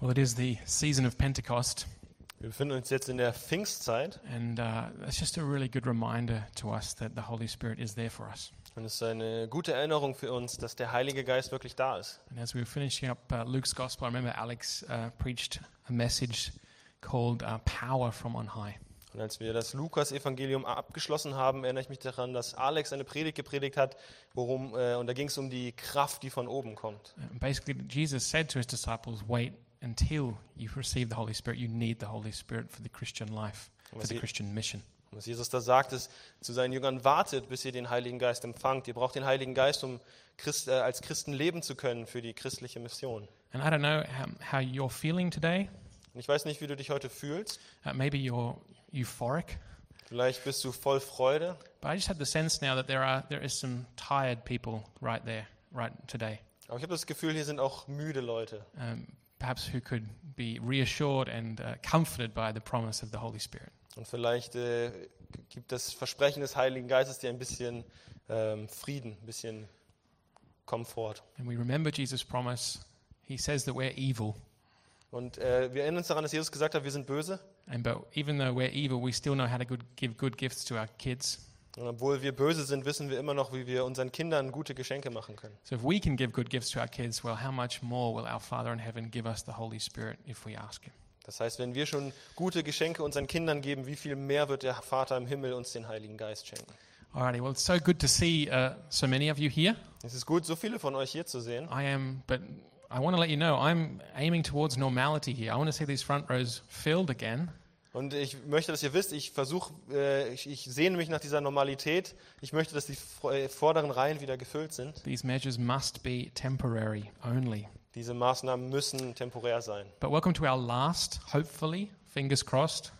Well, it is the season of Pentecost, Wir befinden uns jetzt in der Pfingstzeit and uh, that's just a really good reminder to us that the Holy Spirit is there for us. und es ist eine gute Erinnerung für uns, dass der Heilige Geist wirklich da ist. And as we were finishing up uh, Luke's gospel, I remember Alex uh, preached a message called uh, Power from On High. Und als wir das Lukas-Evangelium abgeschlossen haben, erinnere ich mich daran, dass Alex eine Predigt gepredigt hat, worum, äh, und da ging es um die Kraft, die von oben kommt. And basically, Jesus said to his disciples, Wait until you receive the Holy Spirit. You need the Holy Spirit for the Christian life, for Was the he- Christian mission. Und was Jesus da sagt, ist zu seinen Jüngern, wartet, bis ihr den Heiligen Geist empfangt. Ihr braucht den Heiligen Geist, um Christ, äh, als Christen leben zu können für die christliche Mission. And I don't know um, how you're feeling today. Und ich weiß nicht, wie du dich heute fühlst. Uh, maybe you're euphoric. Vielleicht bist du voll Freude. But I just had the sense now that there are there is some tired people right there, right today, Aber ich habe das Gefühl, hier sind auch müde Leute. um, perhaps who could be reassured and uh, comforted by the promise of the Holy Spirit. Und vielleicht äh, gibt das Versprechen des Heiligen Geistes dir ein bisschen ähm, Frieden, ein bisschen Komfort. And we remember Jesus' promise. He says that we're evil, Und äh, wir erinnern uns daran, dass Jesus gesagt hat, wir sind böse. and but even though we're evil, we still know how to good, give good gifts to our kids. Und obwohl wir böse sind, wissen wir immer noch, wie wir unseren Kindern gute Geschenke machen können. So if we can give good gifts to our kids, well, how much more will our Father in heaven give us the Holy Spirit if we ask Him? Das heißt, wenn wir schon gute Geschenke unseren Kindern geben, wie viel mehr wird der Vater im Himmel uns den Heiligen Geist schenken? Alrighty, well, it's so good to see uh, so many of you here. Es ist gut, so viele von euch hier zu sehen. I am, but I want to let you know I'm aiming towards normality here. I want to see these front rows filled again. Und ich möchte, dass ihr wisst, ich versuche, äh, ich, ich sehne mich nach dieser Normalität. Ich möchte, dass die fr- äh, vorderen Reihen wieder gefüllt sind. These measures must be temporary only. Diese Maßnahmen müssen temporär sein. But welcome to our last, hopefully, fingers crossed,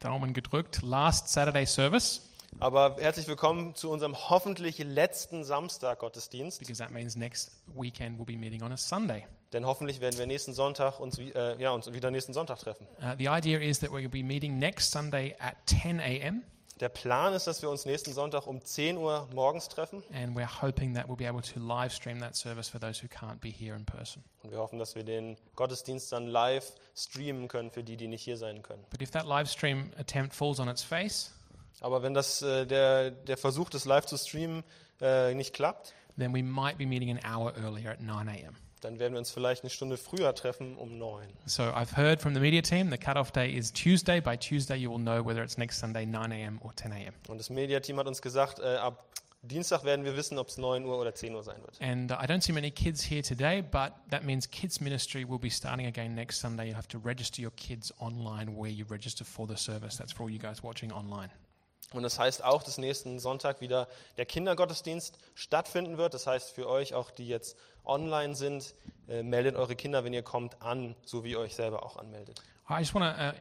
Daumen gedrückt, last Saturday service, Aber herzlich willkommen zu unserem hoffentlich letzten Samstag Gottesdienst, because that means next weekend we'll be meeting on a Sunday. denn hoffentlich werden wir nächsten Sonntag uns, wie- äh, ja, uns wieder nächsten Sonntag treffen. Uh, the idea is that we're going to be meeting next Sunday at 10 a.m., Der Plan ist, dass wir uns nächsten Sonntag um 10 Uhr morgens treffen and we're hoping that we'll be able to live stream that service for those who can't be here in person. und wir hoffen, dass wir den Gottesdienst dann live streamen können für die, die nicht hier sein können. But if that live stream attempt falls on its face, Aber wenn das äh, der, der Versuch, das live zu streamen, äh, nicht klappt, then we might be meeting an hour earlier at 9 a.m. dann werden wir uns vielleicht eine Stunde früher treffen um 9. So I've heard from the media team the cutoff day is Tuesday. By Tuesday, you will know whether it's next Sunday, 9 a.m. or 10 a.m. Und das Mediateam hat uns gesagt, äh, ab Dienstag werden wir wissen, ob es 9 Uhr oder 10 Uhr sein wird. And uh, I don't see many kids here today, but that means kids ministry will be starting again next Sunday. You'll have to register your kids online where you register for the service. That's for all you guys watching online. Und das heißt auch, dass nächsten Sonntag wieder der Kindergottesdienst stattfinden wird. Das heißt für euch auch, die jetzt online sind, äh, meldet eure Kinder, wenn ihr kommt, an, so wie ihr euch selber auch anmeldet. I just want to uh,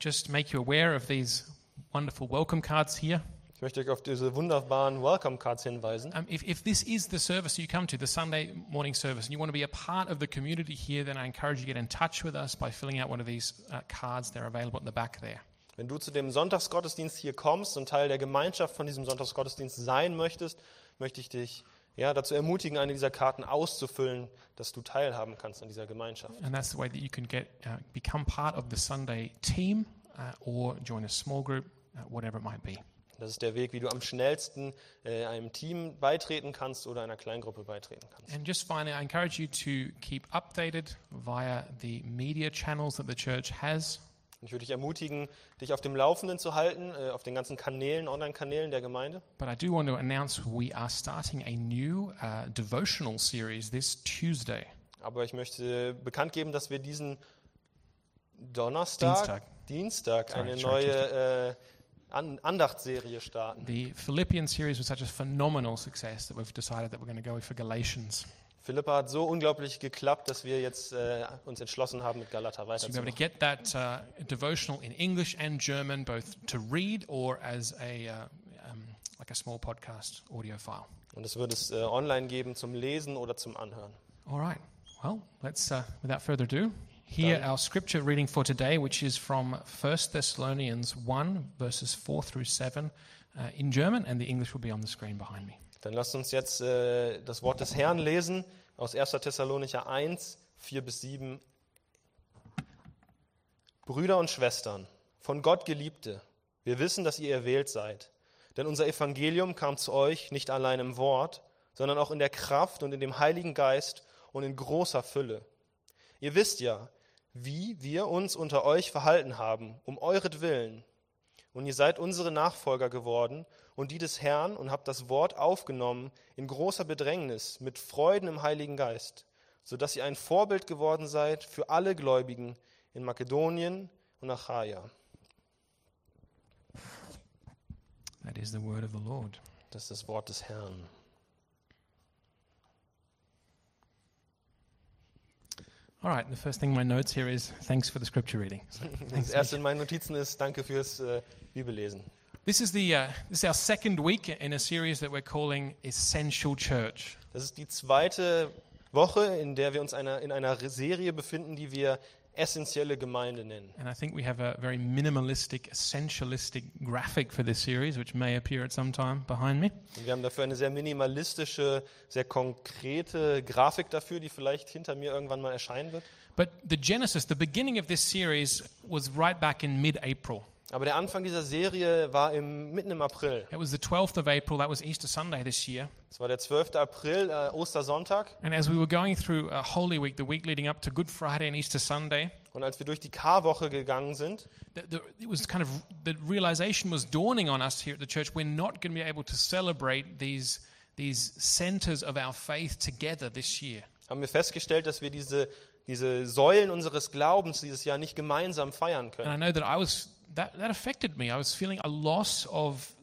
just make you aware of these wonderful welcome cards here. Ich möchte euch auf diese wunderbaren Welcome Cards hinweisen. Um, if, if this is the service you come to, the Sunday morning service, and you want to be a part of the community here, then I encourage you to get in touch with us by filling out one of these uh, cards. They're available at the back there. Wenn du zu dem Sonntagsgottesdienst hier kommst und Teil der Gemeinschaft von diesem Sonntagsgottesdienst sein möchtest, möchte ich dich ja, dazu ermutigen, eine dieser Karten auszufüllen, dass du teilhaben kannst an dieser Gemeinschaft. And that's the way that you can get uh, become part of the Sunday team uh, or join a small group, uh, whatever it might be. Das ist der Weg, wie du am schnellsten äh, einem Team beitreten kannst oder einer Kleingruppe beitreten kannst. And just finally, I encourage you to keep updated via the media channels that the church has. Und ich würde dich ermutigen, dich auf dem Laufenden zu halten, äh, auf den ganzen Kanälen, Online-Kanälen der Gemeinde. But I do want to announce we are starting a new uh, devotional series this Tuesday. Aber ich möchte bekannt geben, dass wir diesen Donnerstag, Dienstag. Dienstag Sorry, eine sorry, neue äh, An Andachtsserie starten. The Philippian series was such a phenomenal success that we've decided that we're going to go for Galatians. Philippa hat so unglaublich geklappt, dass wir jetzt äh, uns entschlossen haben, mit Galater So you'll be able weiterzumachen. to get that uh, devotional in English and German, both to read or as a uh, um, like a small podcast audio file. Und es wird es äh, online geben zum Lesen oder zum Anhören. All right. Well, let's uh, without further ado. Hear Done. our scripture reading for today, which is from 1 Thessalonians 1, verses 4 through 7 uh, in German, and the English will be on the screen behind me. Dann lasst uns jetzt äh, das Wort des Herrn lesen aus 1. Thessalonicher 1, 4 bis 7 Brüder und Schwestern, von Gott Geliebte, wir wissen, dass ihr erwählt seid. Denn unser Evangelium kam zu euch nicht allein im Wort, sondern auch in der Kraft und in dem Heiligen Geist und in großer Fülle. Ihr wisst ja, wie wir uns unter euch verhalten haben, um euretwillen. Und ihr seid unsere Nachfolger geworden und die des Herrn und habt das Wort aufgenommen in großer Bedrängnis mit Freuden im Heiligen Geist, so dass ihr ein Vorbild geworden seid für alle Gläubigen in Makedonien und Achaia. That is the word of the Lord. Das ist das Wort des Herrn. All right, the first thing in my notes here is thanks for the scripture reading. Das erste in meinen Notizen ist, danke fürs äh, Bibellesen. This is, the, uh, this is our second week in a series that we're calling Essential Church. Das ist die zweite Woche, in der wir uns einer, in einer Serie befinden, die wir essentielle Gemeinde nennen. And I think we have a very minimalistic, essentialistic graphic for this series, which may appear at some time behind me. Und wir haben dafür eine sehr minimalistische, sehr konkrete Grafik dafür, die vielleicht hinter mir irgendwann mal erscheinen wird. But the genesis, the beginning of this series, was right back in mid April. Aber der Anfang dieser Serie war im, mitten im April. It was the 12th of April, that was Easter Sunday this year. Es war der 12. April, äh, Ostersonntag. And as we were going through uh, Holy Week, the week leading up to Good Friday and Easter Sunday, Und als wir durch die Karwoche gegangen sind, the, the, it was kind of the realization was dawning on us here at the church we're not going to be able to celebrate these these centers of our faith together this year haben wir festgestellt, dass wir diese, diese Säulen unseres Glaubens dieses Jahr nicht gemeinsam feiern and können. i know that i was that that affected me i was feeling a loss of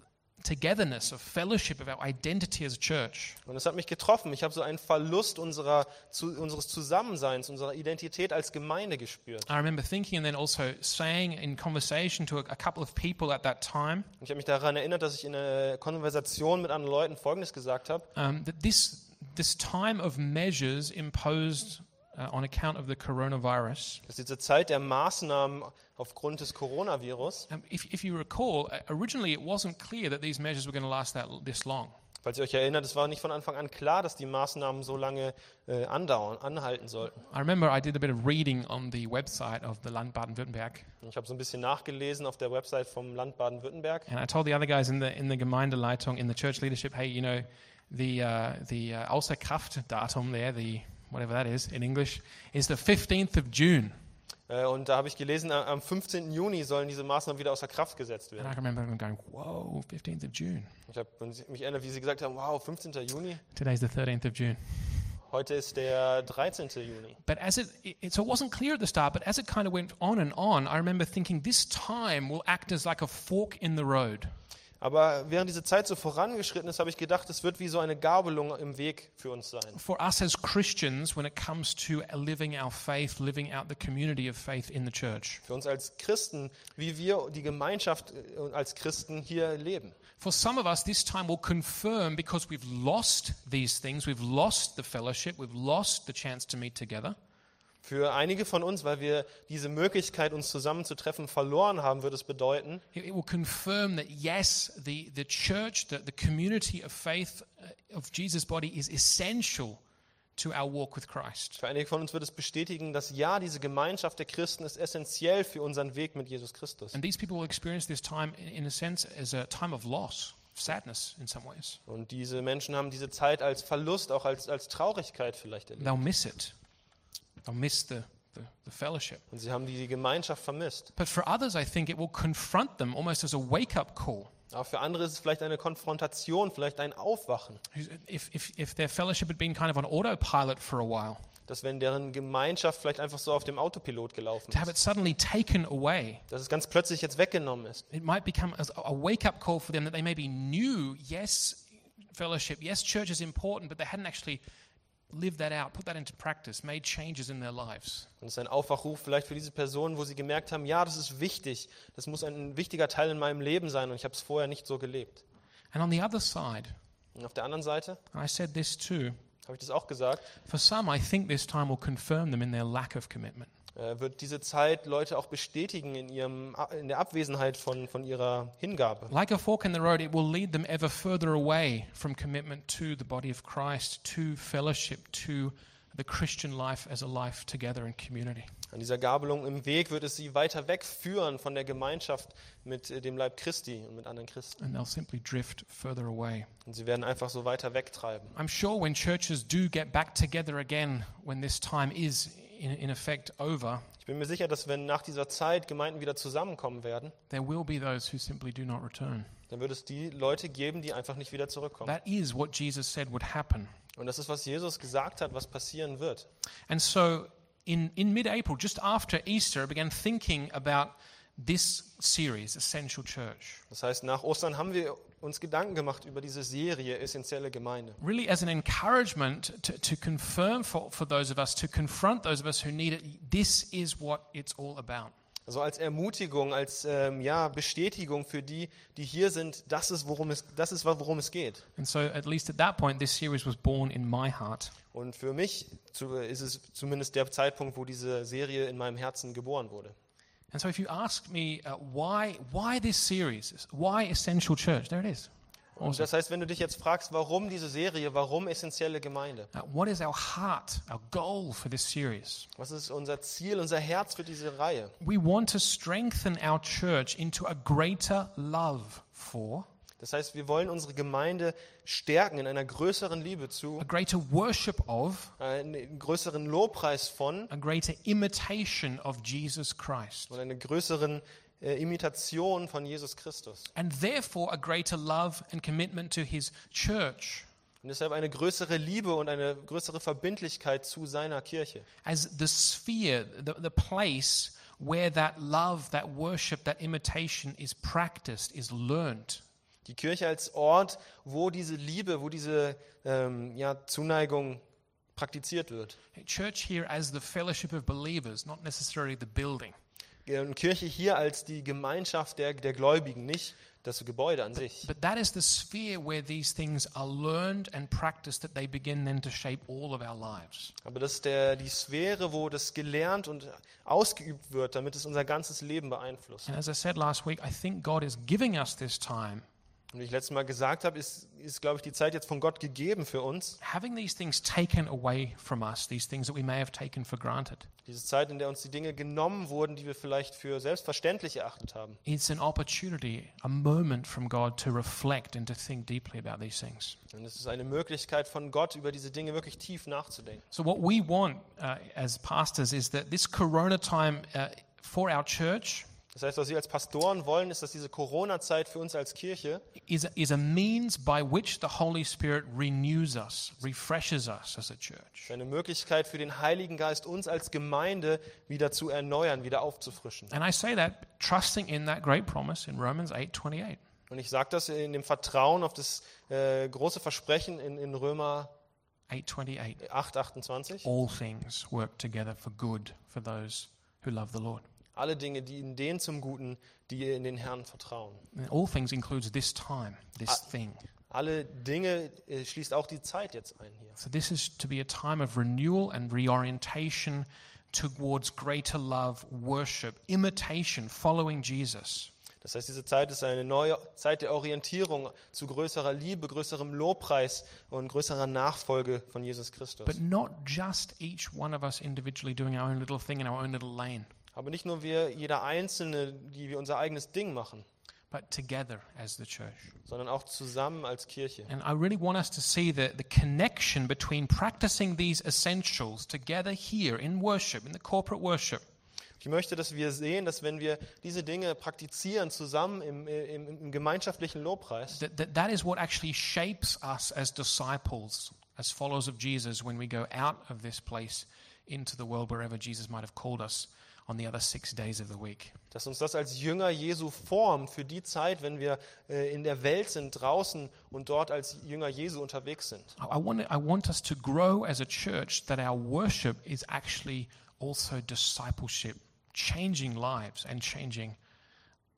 togetherness of fellowship of our identity as a church Und das hat mich getroffen. Ich habe so einen Verlust unserer, zu, unseres Zusammenseins, unserer Identität als Gemeinde gespürt. i remember thinking and then also saying in conversation to a, a couple of people at that time Und ich habe mich daran erinnert, dass ich in einer Konversation mit anderen Leuten Folgendes gesagt habe. um, that this this time of measures imposed uh, on account of the coronavirus dass diese Zeit der Maßnahmen aufgrund des Coronavirus, Um, if, if you recall, uh, originally it wasn't clear that these measures were going to last that l- this long. falls ihr euch erinnert, es war nicht von Anfang an klar, dass die Maßnahmen so lange äh, andauern, anhalten sollten. I remember I did a bit of reading on the website of the Land Baden-Württemberg, Ich habe so ein bisschen nachgelesen auf der Website vom Land Baden-Württemberg. and I told the other guys in the in the Gemeindeleitung, in the church leadership, hey, you know, the uh, the uh, Außerkraftdatum there, the whatever that is in English, is the 15th of June. Äh, und da habe ich gelesen, a- am 15. Juni sollen diese Maßnahmen wieder außer Kraft gesetzt And werden. I remember them going, whoa, 15th of June. Ich habe mich erinnert, wie sie gesagt haben, wow, 15. Juni, Today's the 13th of June. heute ist der 13. Juni. But as it, it- it, so it wasn't clear at the start, but as it kind of went on and on, I remember thinking this time will act as like a fork in the road. Aber während diese Zeit so vorangeschritten ist, habe ich gedacht, es wird wie so eine Gabelung im Weg für uns sein. For us as Christians, when it comes to living our faith, living out the community of faith in the church, Für uns als Christen, wie wir die Gemeinschaft äh, als Christen hier leben. for some of us, this time will confirm because we've lost these things, we've lost the fellowship, we've lost the chance to meet together. Für einige von uns, weil wir diese Möglichkeit, uns zusammenzutreffen, verloren haben, wird es bedeuten, It, it will confirm that yes, the, the church, the, the community of faith uh, of Jesus' body is essential to our walk with Christ. für einige von uns wird es bestätigen, dass ja, diese Gemeinschaft der Christen ist essentiell für unseren Weg mit Jesus Christus. And these people will experience this time, in, in a sense, as a time of loss, sadness in some ways. Und diese Menschen haben diese Zeit als Verlust, auch als, als Traurigkeit vielleicht erlebt. They'll miss it, they'll miss the, the, the fellowship. Und sie haben die Gemeinschaft vermisst. But for others, I think it will confront them almost as a wake up call. Aber für andere ist es vielleicht eine Konfrontation, vielleicht ein Aufwachen, If, if, if their fellowship had been kind of on autopilot for a while, dass wenn deren Gemeinschaft vielleicht einfach so auf dem Autopilot gelaufen to have it ist, suddenly taken away, dass es ganz plötzlich jetzt weggenommen ist. it might become as a wake up call for them that they maybe knew, yes, fellowship, yes, church is important, but they hadn't actually lived that out, put that into practice, made changes in their lives. Und es ist ein Aufwachruf vielleicht für diese Personen, wo sie gemerkt haben, ja, das ist wichtig, das muss ein wichtiger Teil in meinem Leben sein und ich habe es vorher nicht so gelebt. And on the other side, Und auf der anderen Seite and I said this too, habe ich das auch gesagt, for some, I think this time will confirm them in their lack of commitment. äh, wird diese Zeit Leute auch bestätigen in, ihrem, in der Abwesenheit von, von ihrer Hingabe. Like a fork in the road, it will lead them ever further away from commitment to the body of Christ, to fellowship, to the Christian life as a life together in community. An dieser Gabelung im Weg wird es sie weiter wegführen von der Gemeinschaft mit äh, dem Leib Christi und mit anderen Christen. And they'll simply drift further away. Und sie werden einfach so weiter wegtreiben. I'm sure when churches do get back together again, when this time is in, in effect over, Ich bin mir sicher, dass wenn nach dieser Zeit Gemeinden wieder zusammenkommen werden, there will be those who simply do not return. dann wird es die Leute geben, die einfach nicht wieder zurückkommen. That is what Jesus said would happen. Und das ist, was Jesus gesagt hat, was passieren wird. And so in, in mid April, just after Easter, I began thinking about this series, Essential Church, Das heißt, nach Ostern haben wir uns Gedanken gemacht über diese Serie Essentielle Gemeinde. really as an encouragement to, to confirm for, for those of us, to confront those of us who need it, this is what it's all about. Also als Ermutigung, als ähm, ja, Bestätigung für die, die hier sind, das ist, worum es, das ist, worum es geht. And so, at least at that point, this series was born in my heart. Und für mich zu, ist es zumindest der Zeitpunkt, wo diese Serie in meinem Herzen geboren wurde. And so, if you ask me uh, why, why this series, why Essential Church, there it is. Und das heißt, wenn du dich jetzt fragst, warum diese Serie, warum essentielle Gemeinde? Uh, what is our heart, our goal for this series? Was ist unser Ziel, unser Herz für diese Reihe? We want to strengthen our church into a greater love for, Das heißt, wir wollen unsere Gemeinde stärken in einer größeren Liebe zu, a greater worship of, äh, einen größeren Lobpreis von a greater imitation of Jesus Christ, und einer größeren äh, Imitation von Jesus Christus. and therefore a greater love and commitment to his church Und deshalb eine größere Liebe und eine größere Verbindlichkeit zu seiner Kirche. as the sphere, the, the place where that love, that worship, that imitation is practiced, is learnt. Die Kirche als Ort, wo diese Liebe, wo diese ähm, ja, Zuneigung praktiziert wird. Church here as the fellowship of believers, not necessarily the building. Ja, Äh, Und Kirche hier als die Gemeinschaft der, der Gläubigen, nicht das Gebäude an sich. But that is the sphere where these things are learned and practiced that they begin then to shape all of our lives. Aber das ist der, die Sphäre, wo das gelernt und ausgeübt wird, damit es unser ganzes Leben beeinflusst. And as I said last week, I think God is giving us this time, Und wie ich letztes Mal gesagt habe, ist, ist glaube ich, die Zeit jetzt von Gott gegeben für uns. having these things taken away from us, these things that we may have taken for granted. Diese Zeit, in der uns die Dinge genommen wurden, die wir vielleicht für selbstverständlich erachtet haben. It's an opportunity, a moment from God to reflect and to think deeply about these things. Und es ist eine Möglichkeit von Gott, über diese Dinge wirklich tief nachzudenken. So, what we want uh, as pastors is that this corona time uh, for our church Das heißt, was wir als Pastoren wollen, ist, dass diese Corona-Zeit für uns als Kirche is, is a means by which the Holy Spirit renews us, refreshes us as a church. eine Möglichkeit für den Heiligen Geist, uns als Gemeinde wieder zu erneuern, wieder aufzufrischen. And I say that trusting in that great promise in Romans 8:28. Und ich sage das in dem Vertrauen auf das äh, große Versprechen in, in Römer 8:28. 8, 28. All things work together for good for those who love the Lord. Alle Dinge dienen denen zum Guten, die in den Herrn vertrauen. And all things includes this time, this thing. Alle Dinge äh, schließt auch die Zeit jetzt ein hier. So this is to be a time of renewal and reorientation towards greater love, worship, imitation, following Jesus. Das heißt, diese Zeit ist eine neue Zeit der Orientierung zu größerer Liebe, größerem Lobpreis und größerer Nachfolge von Jesus Christus. But not just each one of us individually doing our own little thing in our own little lane, Aber nicht nur wir, jeder Einzelne, die wir unser eigenes Ding machen, but together as the church. sondern auch zusammen als Kirche. And I really want us to see the, the connection between practicing these essentials together here in worship, in the corporate worship, Ich möchte, dass wir sehen, dass wenn wir diese Dinge praktizieren, zusammen im, äh, im, im gemeinschaftlichen Lobpreis, that, that that is what actually shapes us as disciples, as followers of Jesus, when we go out of this place into the world wherever Jesus might have called us on the other six days of the week. dass uns das als Jünger Jesu formt für die Zeit, wenn wir äh, in der Welt sind, draußen und dort als Jünger Jesu unterwegs sind. I, I want, I want us to grow as a church that our worship is actually also discipleship, changing lives and changing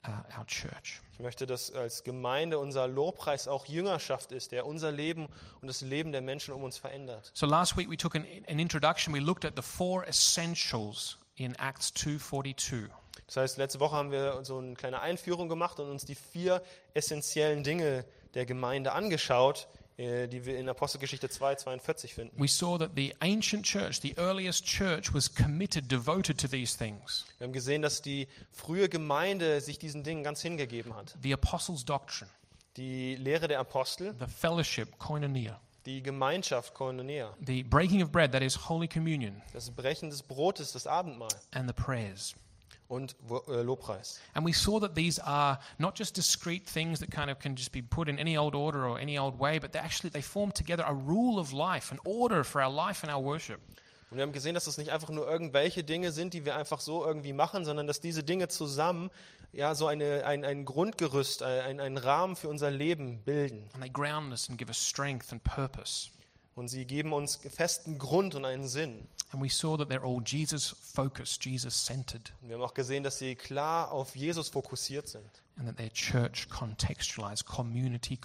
uh, our church. Ich möchte, dass als Gemeinde unser Lobpreis auch Jüngerschaft ist, der unser Leben und das Leben der Menschen um uns verändert. So last week we took an, an introduction. We looked at the four essentials in Acts 2:42. Das heißt, letzte Woche haben wir so eine kleine Einführung gemacht und uns die vier essentiellen Dinge der Gemeinde angeschaut äh, die wir in Apostelgeschichte 2, 42 finden. we saw that the ancient church, the earliest church, was committed, devoted to these things Wir haben gesehen, dass die frühe Gemeinde sich diesen Dingen ganz hingegeben hat. the apostles' doctrine, Die Lehre der Apostel, the fellowship, koinonia, die Gemeinschaft, Koinonia, the breaking of bread, that is Holy Communion, das Brechen des Brotes, das Abendmahl and the prayers. und Wo- äh, Lobpreis. And we saw that these are not just discrete things that kind of can just be put in any old order or any old way, but they actually they form together a rule of life, an order for our life and our worship. Und wir haben gesehen, dass das nicht einfach nur irgendwelche Dinge sind, die wir einfach so irgendwie machen, sondern dass diese Dinge zusammen ja so eine, ein, ein Grundgerüst, ein, ein- einen Rahmen für unser Leben bilden. And they ground us and give us strength and purpose. Und sie geben uns festen Grund und einen Sinn. And we saw that they're all Jesus focused, Jesus centered, Und wir haben auch gesehen, dass sie klar auf Jesus fokussiert sind and that they're church contextualized, community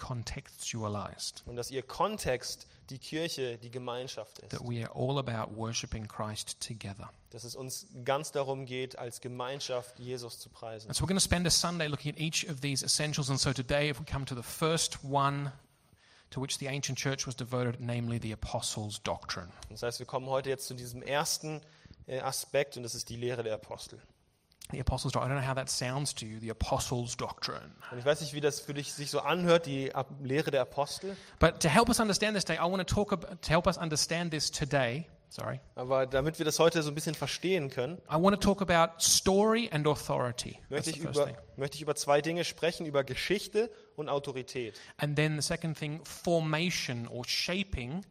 contextualized. und dass ihr Kontext die Kirche, die Gemeinschaft ist. That we are all about worshiping Christ together. Dass es uns ganz darum geht, als Gemeinschaft Jesus zu preisen. And so we're going to spend a Sunday looking at each of these essentials. And so today, if we come to the first one to which the ancient church was devoted, namely the apostles' doctrine. Das heißt, wir kommen heute jetzt zu diesem ersten äh, Aspekt und das ist die Lehre der Apostel. The apostles' doctrine. I don't know how that sounds to you, the apostles' doctrine. Und ich weiß nicht, wie das für dich sich so anhört, die Ab Lehre der Apostel. But to help us understand this day, I want to talk about, to help us understand this today. Sorry. Aber damit wir das heute so ein bisschen verstehen können, I want to talk about story and authority. That's möchte the ich, first über, thing. möchte ich über zwei Dinge sprechen, über Geschichte und Autorität. And then the second thing, formation or shaping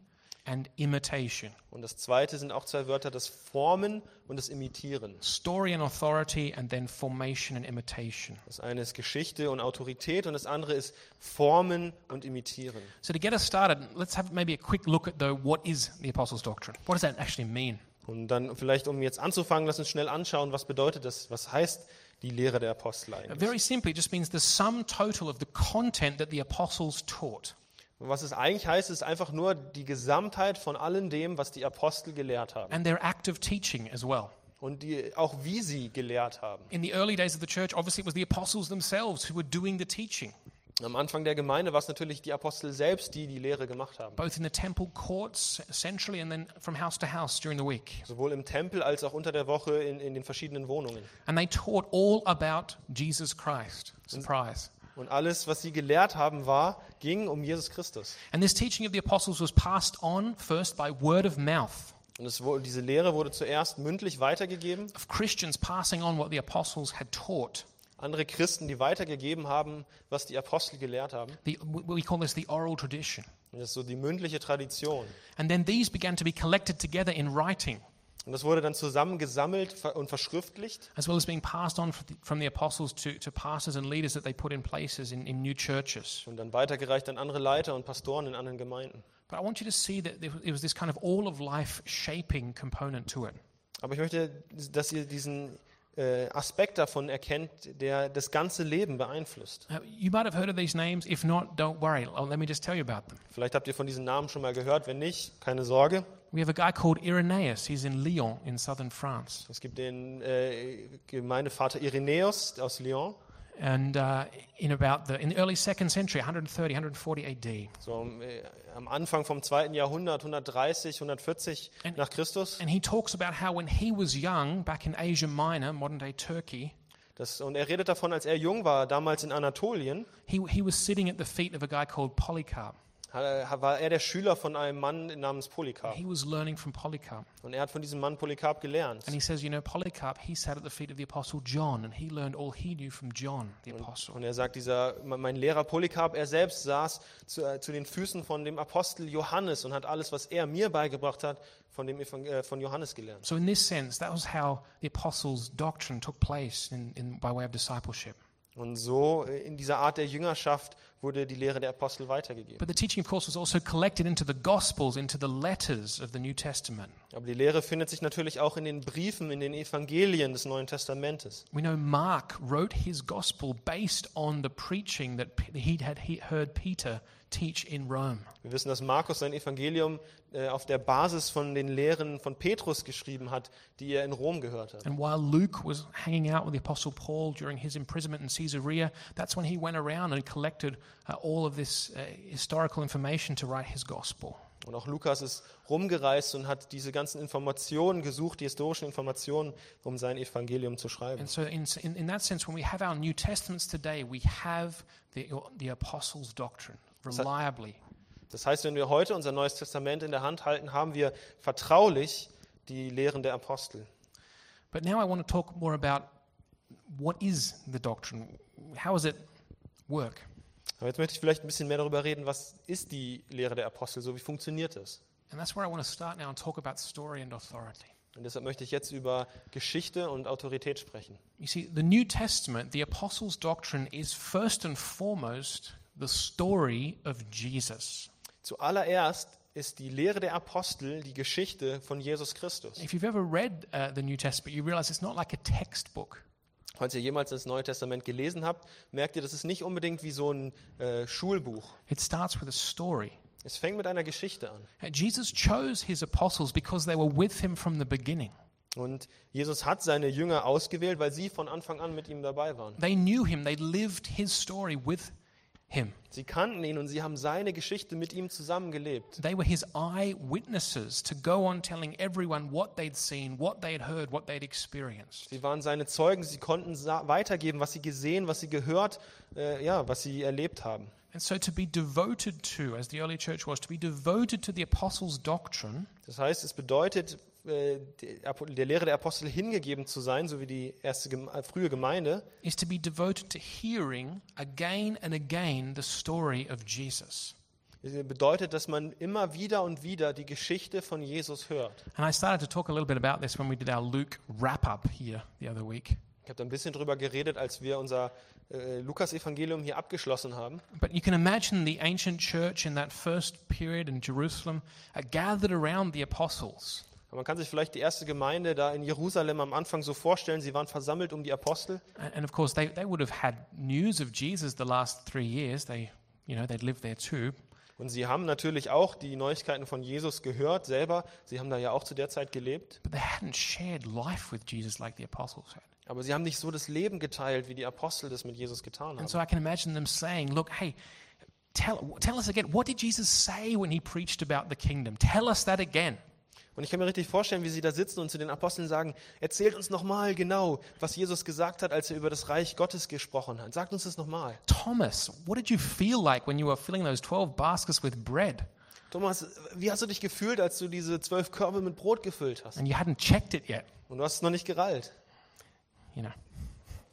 and imitation. Und das zweite sind auch zwei Wörter, das Formen und das Imitieren. Story and authority, and then formation and imitation. Das eine ist Geschichte und Autorität und das andere ist Formen und Imitieren. So to get us started, let's have maybe a quick look at though what is the apostles' doctrine? What does that actually mean? Und dann vielleicht, um jetzt anzufangen, lass uns schnell anschauen, was bedeutet das, was heißt die Lehre der Apostel eigentlich? Very simply, it just means the sum total of the content that the apostles taught. Und was es eigentlich heißt, ist einfach nur die Gesamtheit von allem dem, was die Apostel gelehrt haben. and their active teaching as well. Und die, auch wie sie gelehrt haben. In the early days of the church, obviously it was the apostles themselves who were doing the teaching, Am Anfang der Gemeinde war es natürlich die Apostel selbst, die die Lehre gemacht haben. both in the temple courts centrally and then from house to house during the week. Sowohl im Tempel als auch unter der Woche in, in den verschiedenen Wohnungen. And they taught all about Jesus Christ. Surprise. Und alles, was sie gelehrt haben, war, ging um Jesus Christus. And this teaching of the apostles was passed on first by word of mouth Und es, wurde- diese Lehre wurde zuerst mündlich weitergegeben. of Christians passing on what the apostles had taught. Andere Christen, die weitergegeben haben, was die Apostel gelehrt haben. The, we call this the oral tradition. Und das ist so die mündliche Tradition. And then these began to be collected together in writing, Und das wurde dann zusammen gesammelt ver- und verschriftlicht. as well as being passed on from the, from the apostles to, to pastors and leaders that they put in places in, in new churches. Und dann weitergereicht an andere Leiter und Pastoren in anderen Gemeinden. But I want you to see that there was- it was this kind of all of life shaping component to it. Aber ich möchte, dass ihr diesen äh, Aspekt davon erkennt, der das ganze Leben beeinflusst. Now, you might have heard of these names. If not, don't worry. Oh, let me just tell you about them. Vielleicht habt ihr von diesen Namen schon mal gehört, wenn nicht, keine Sorge. We have a guy called Irenaeus. He's in Lyon in southern France. Es gibt den äh, Gemeindevater Irenäus aus Lyon, And uh, in about the, in the early second century, 130, 140 AD. so am, äh, am Anfang vom zweiten Jahrhundert, 130, 140 nach Christus. And he talks about how when he was young, back in Asia Minor, modern day Turkey, Das, und er redet davon, als er jung war, damals in Anatolien, he, he was sitting at the feet of a guy called Polycarp. ha- war er der Schüler von einem Mann namens Polycarp. He was learning from Polycarp. Und er hat von diesem Mann Polycarp gelernt. And he says, you know, Polycarp, he sat at the feet of the apostle John, and he learned all he knew from John, the apostle. Und er sagt, dieser, mein Lehrer Polycarp, er selbst saß zu, äh, zu den Füßen von dem Apostel Johannes und hat alles, was er mir beigebracht hat, von, dem, Evang- äh, von Johannes gelernt. So in this sense, that was how the apostles' doctrine took place in, in, by way of discipleship. Und so äh, in dieser Art der Jüngerschaft wurde die Lehre der Apostel weitergegeben. But the teaching, of course, was also collected into the Gospels, into the letters of the New Testament. Aber die Lehre findet sich natürlich auch in den Briefen, in den Evangelien des Neuen Testamentes. We know Mark wrote his Gospel based on the preaching that P- he'd had he heard Peter teach in Rome. Wir wissen, dass Markus sein Evangelium äh, auf der Basis von den Lehren von Petrus geschrieben hat, die er in Rom gehört hat. And while Luke was hanging out with the Apostle Paul during his imprisonment in Caesarea, that's when he went around and collected uh, all of this uh, historical information to write his gospel. Und auch Lukas ist rumgereist und hat diese ganzen Informationen gesucht, die historischen Informationen, um sein Evangelium zu schreiben. And so, in, in, in that sense, when we have our New Testaments today, we have the, the apostles' doctrine reliably. Das heißt, wenn wir heute unser Neues Testament in der Hand halten, haben wir vertraulich die Lehren der Apostel. But now I want to talk more about what is the doctrine? How does it work? Aber jetzt möchte ich vielleicht ein bisschen mehr darüber reden, was ist die Lehre der Apostel, so wie funktioniert es? And that's where I want to start now and talk about story and authority. Und deshalb möchte ich jetzt über Geschichte und Autorität sprechen. You see, the New Testament, the apostles' doctrine is first and foremost the story of Jesus. Zuallererst ist die Lehre der Apostel die Geschichte von Jesus Christus. If you've ever read uh, the New Testament, you realize it's not like a textbook. Falls ihr jemals das Neue Testament gelesen habt, merkt ihr, das ist nicht unbedingt wie so ein äh, Schulbuch. It starts with a story. Es fängt mit einer Geschichte an. Uh, Jesus chose his apostles because they were with him from the beginning. Und Jesus hat seine Jünger ausgewählt, weil sie von Anfang an mit ihm dabei waren. They knew him, they lived his story with him. Sie kannten ihn und sie haben seine Geschichte mit ihm zusammen gelebt. They were his eyewitnesses to go on telling everyone what they'd seen, what they'd heard, what they'd experienced. Sie waren seine Zeugen, sie konnten sa- weitergeben, was sie gesehen, was sie gehört, äh, ja, was sie erlebt haben. And so to be devoted to, as the early church was, to be devoted to the apostles' doctrine Das heißt, es bedeutet, äh, die Apo- der Lehre der Apostel hingegeben zu sein, so wie die erste Gem äh, frühe Gemeinde, is to be devoted to hearing again and again the story of Jesus. äh, bedeutet, dass man immer wieder und wieder die Geschichte von Jesus hört. And I started to talk a little bit about this when we did our Luke wrap up here the other week. Ich habe da ein bisschen drüber geredet, als wir unser äh, Lukas-Evangelium hier abgeschlossen haben. But you can imagine the ancient church in that first period in Jerusalem uh, gathered around the apostles. Aber man kann sich vielleicht die erste Gemeinde da in Jerusalem am Anfang so vorstellen, sie waren versammelt um die Apostel. And, and of course, they, they would have had news of Jesus the last three years. They, you know, they'd lived there too. Und sie haben natürlich auch die Neuigkeiten von Jesus gehört selber. Sie haben da ja auch zu der Zeit gelebt. But they hadn't shared life with Jesus like the apostles had. Aber sie haben nicht so das Leben geteilt, wie die Apostel das mit Jesus getan And haben. so I can imagine them saying, look, hey, tell, tell us again, what did Jesus say when he preached about the kingdom? Tell us that again. Und ich kann mir richtig vorstellen, wie sie da sitzen und zu den Aposteln sagen, erzählt uns nochmal genau, was Jesus gesagt hat, als er über das Reich Gottes gesprochen hat. Sagt uns das nochmal. Thomas, what did you feel like when you were filling those 12 baskets with bread Thomas, wie hast du dich gefühlt, als du diese zwölf Körbe mit Brot gefüllt hast? and you hadn't checked it yet? Und du hast es noch nicht gerallt. You know,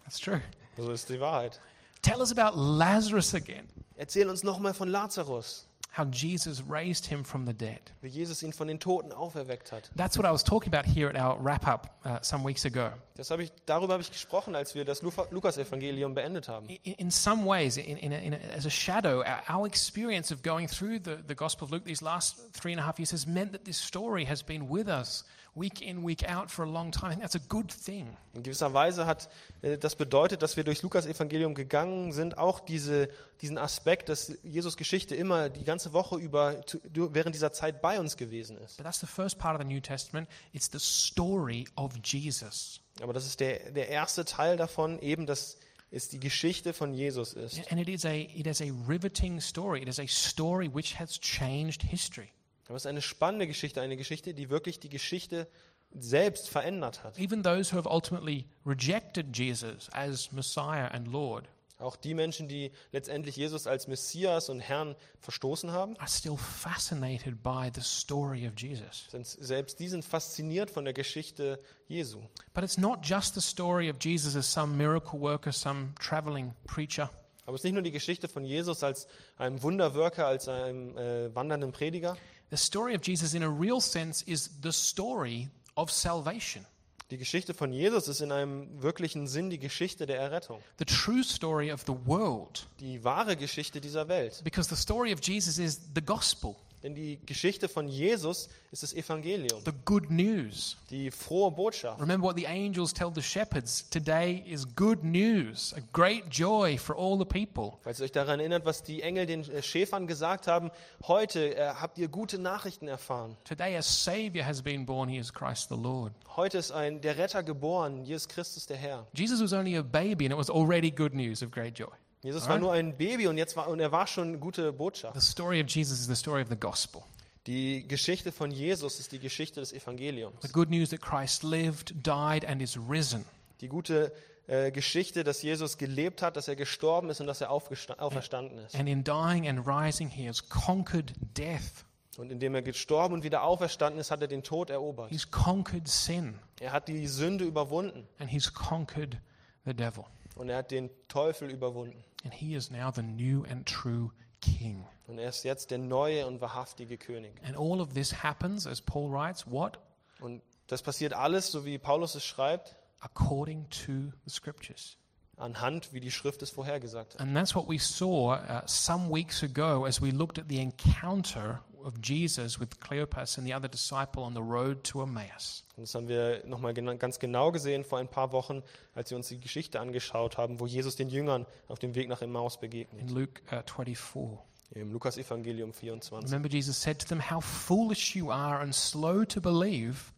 that's true. So ist die Wahrheit. Tell us about Lazarus again, Erzähl uns nochmal von Lazarus, how Jesus raised him from the dead. wie Jesus ihn von den Toten auferweckt hat. That's what I was talking about here at our wrap up uh, some weeks ago. Das hab ich, darüber habe ich gesprochen, als wir das Lufa- Lukas-Evangelium beendet haben. I- In, in some ways, in, in a, in a, as a shadow, our, our experience of going through the, the Gospel of Luke these last three and a half years has meant that this story has been with us week in, week out for a long time. I think that's a good thing. In gewisser Weise hat äh, das bedeutet, dass wir durchs Lukas-Evangelium gegangen sind, auch diese, diesen Aspekt, dass Jesus Geschichte immer die ganze Woche über zu, du- während dieser Zeit bei uns gewesen ist. But that's the first part of the New Testament. It's the story of Jesus. Aber das ist der, der erste Teil davon, eben, dass es die Geschichte von Jesus ist. And it is, a, it is a riveting story. It is a story which has changed history. Aber es ist eine spannende Geschichte, eine Geschichte, die wirklich die Geschichte selbst verändert hat. Even those who have ultimately rejected Jesus as Messiah and Lord Auch die Menschen, die letztendlich Jesus als Messias und Herrn verstoßen haben, are still fascinated by the story of Jesus. sind selbst die sind fasziniert von der Geschichte Jesu. But it's not just the story of Jesus as some miracle worker, some traveling preacher. Aber es ist nicht nur die Geschichte von Jesus als einem Wunderwirker, als einem äh, wandernden Prediger. The story of Jesus, in a real sense, is the story of salvation. Die Geschichte von Jesus ist in einem wirklichen Sinn die Geschichte der Errettung, the true story of the world die wahre Geschichte dieser Welt. because the story of Jesus is the gospel. Denn die Geschichte von Jesus ist das Evangelium, the good news. die frohe Botschaft. Remember what the angels tell the shepherds today is good news, a great joy for all the people. Falls ihr euch daran erinnert, was die Engel den äh, Schäfern gesagt haben, heute äh, habt ihr gute Nachrichten erfahren. Today, a Savior has been born. He is Christ the Lord. Heute ist ein der Retter geboren, Jesus Christus der Herr. Jesus was only a baby, and it was already good news of great joy. Jesus war nur ein Baby und jetzt war und er war schon gute The Botschaft. story of Jesus is the story of the gospel. Die Geschichte von Jesus ist die Geschichte des Evangeliums. The good news that Christ lived, died, and is risen. Die gute äh, Geschichte, dass Jesus gelebt hat, dass er gestorben ist und dass er aufgesta- auferstanden ist. And in dying and rising, he has conquered death. Und indem er gestorben und wieder auferstanden ist, hat er den Tod erobert. He's conquered sin, Er hat die Sünde überwunden and he's conquered the devil. und er hat den Teufel überwunden. And he is now the new and true king. Und er ist jetzt der neue und wahrhaftige König. And all of this happens, as Paul writes, what? Und das passiert alles, so wie Paulus es schreibt, According to the scriptures. anhand, wie die Schrift es vorhergesagt hat. And that's what we saw uh, some weeks ago as we looked at the encounter of Jesus with Cleopas and the other disciple on the road to Emmaus. Und das haben wir nochmal gena ganz genau gesehen vor ein paar Wochen, als wir uns die Geschichte angeschaut haben, wo Jesus den Jüngern auf dem Weg nach Emmaus begegnet. In Luke uh, 24. Im Lukas-Evangelium 24. Remember, Jesus said to them, How foolish you are and slow to believe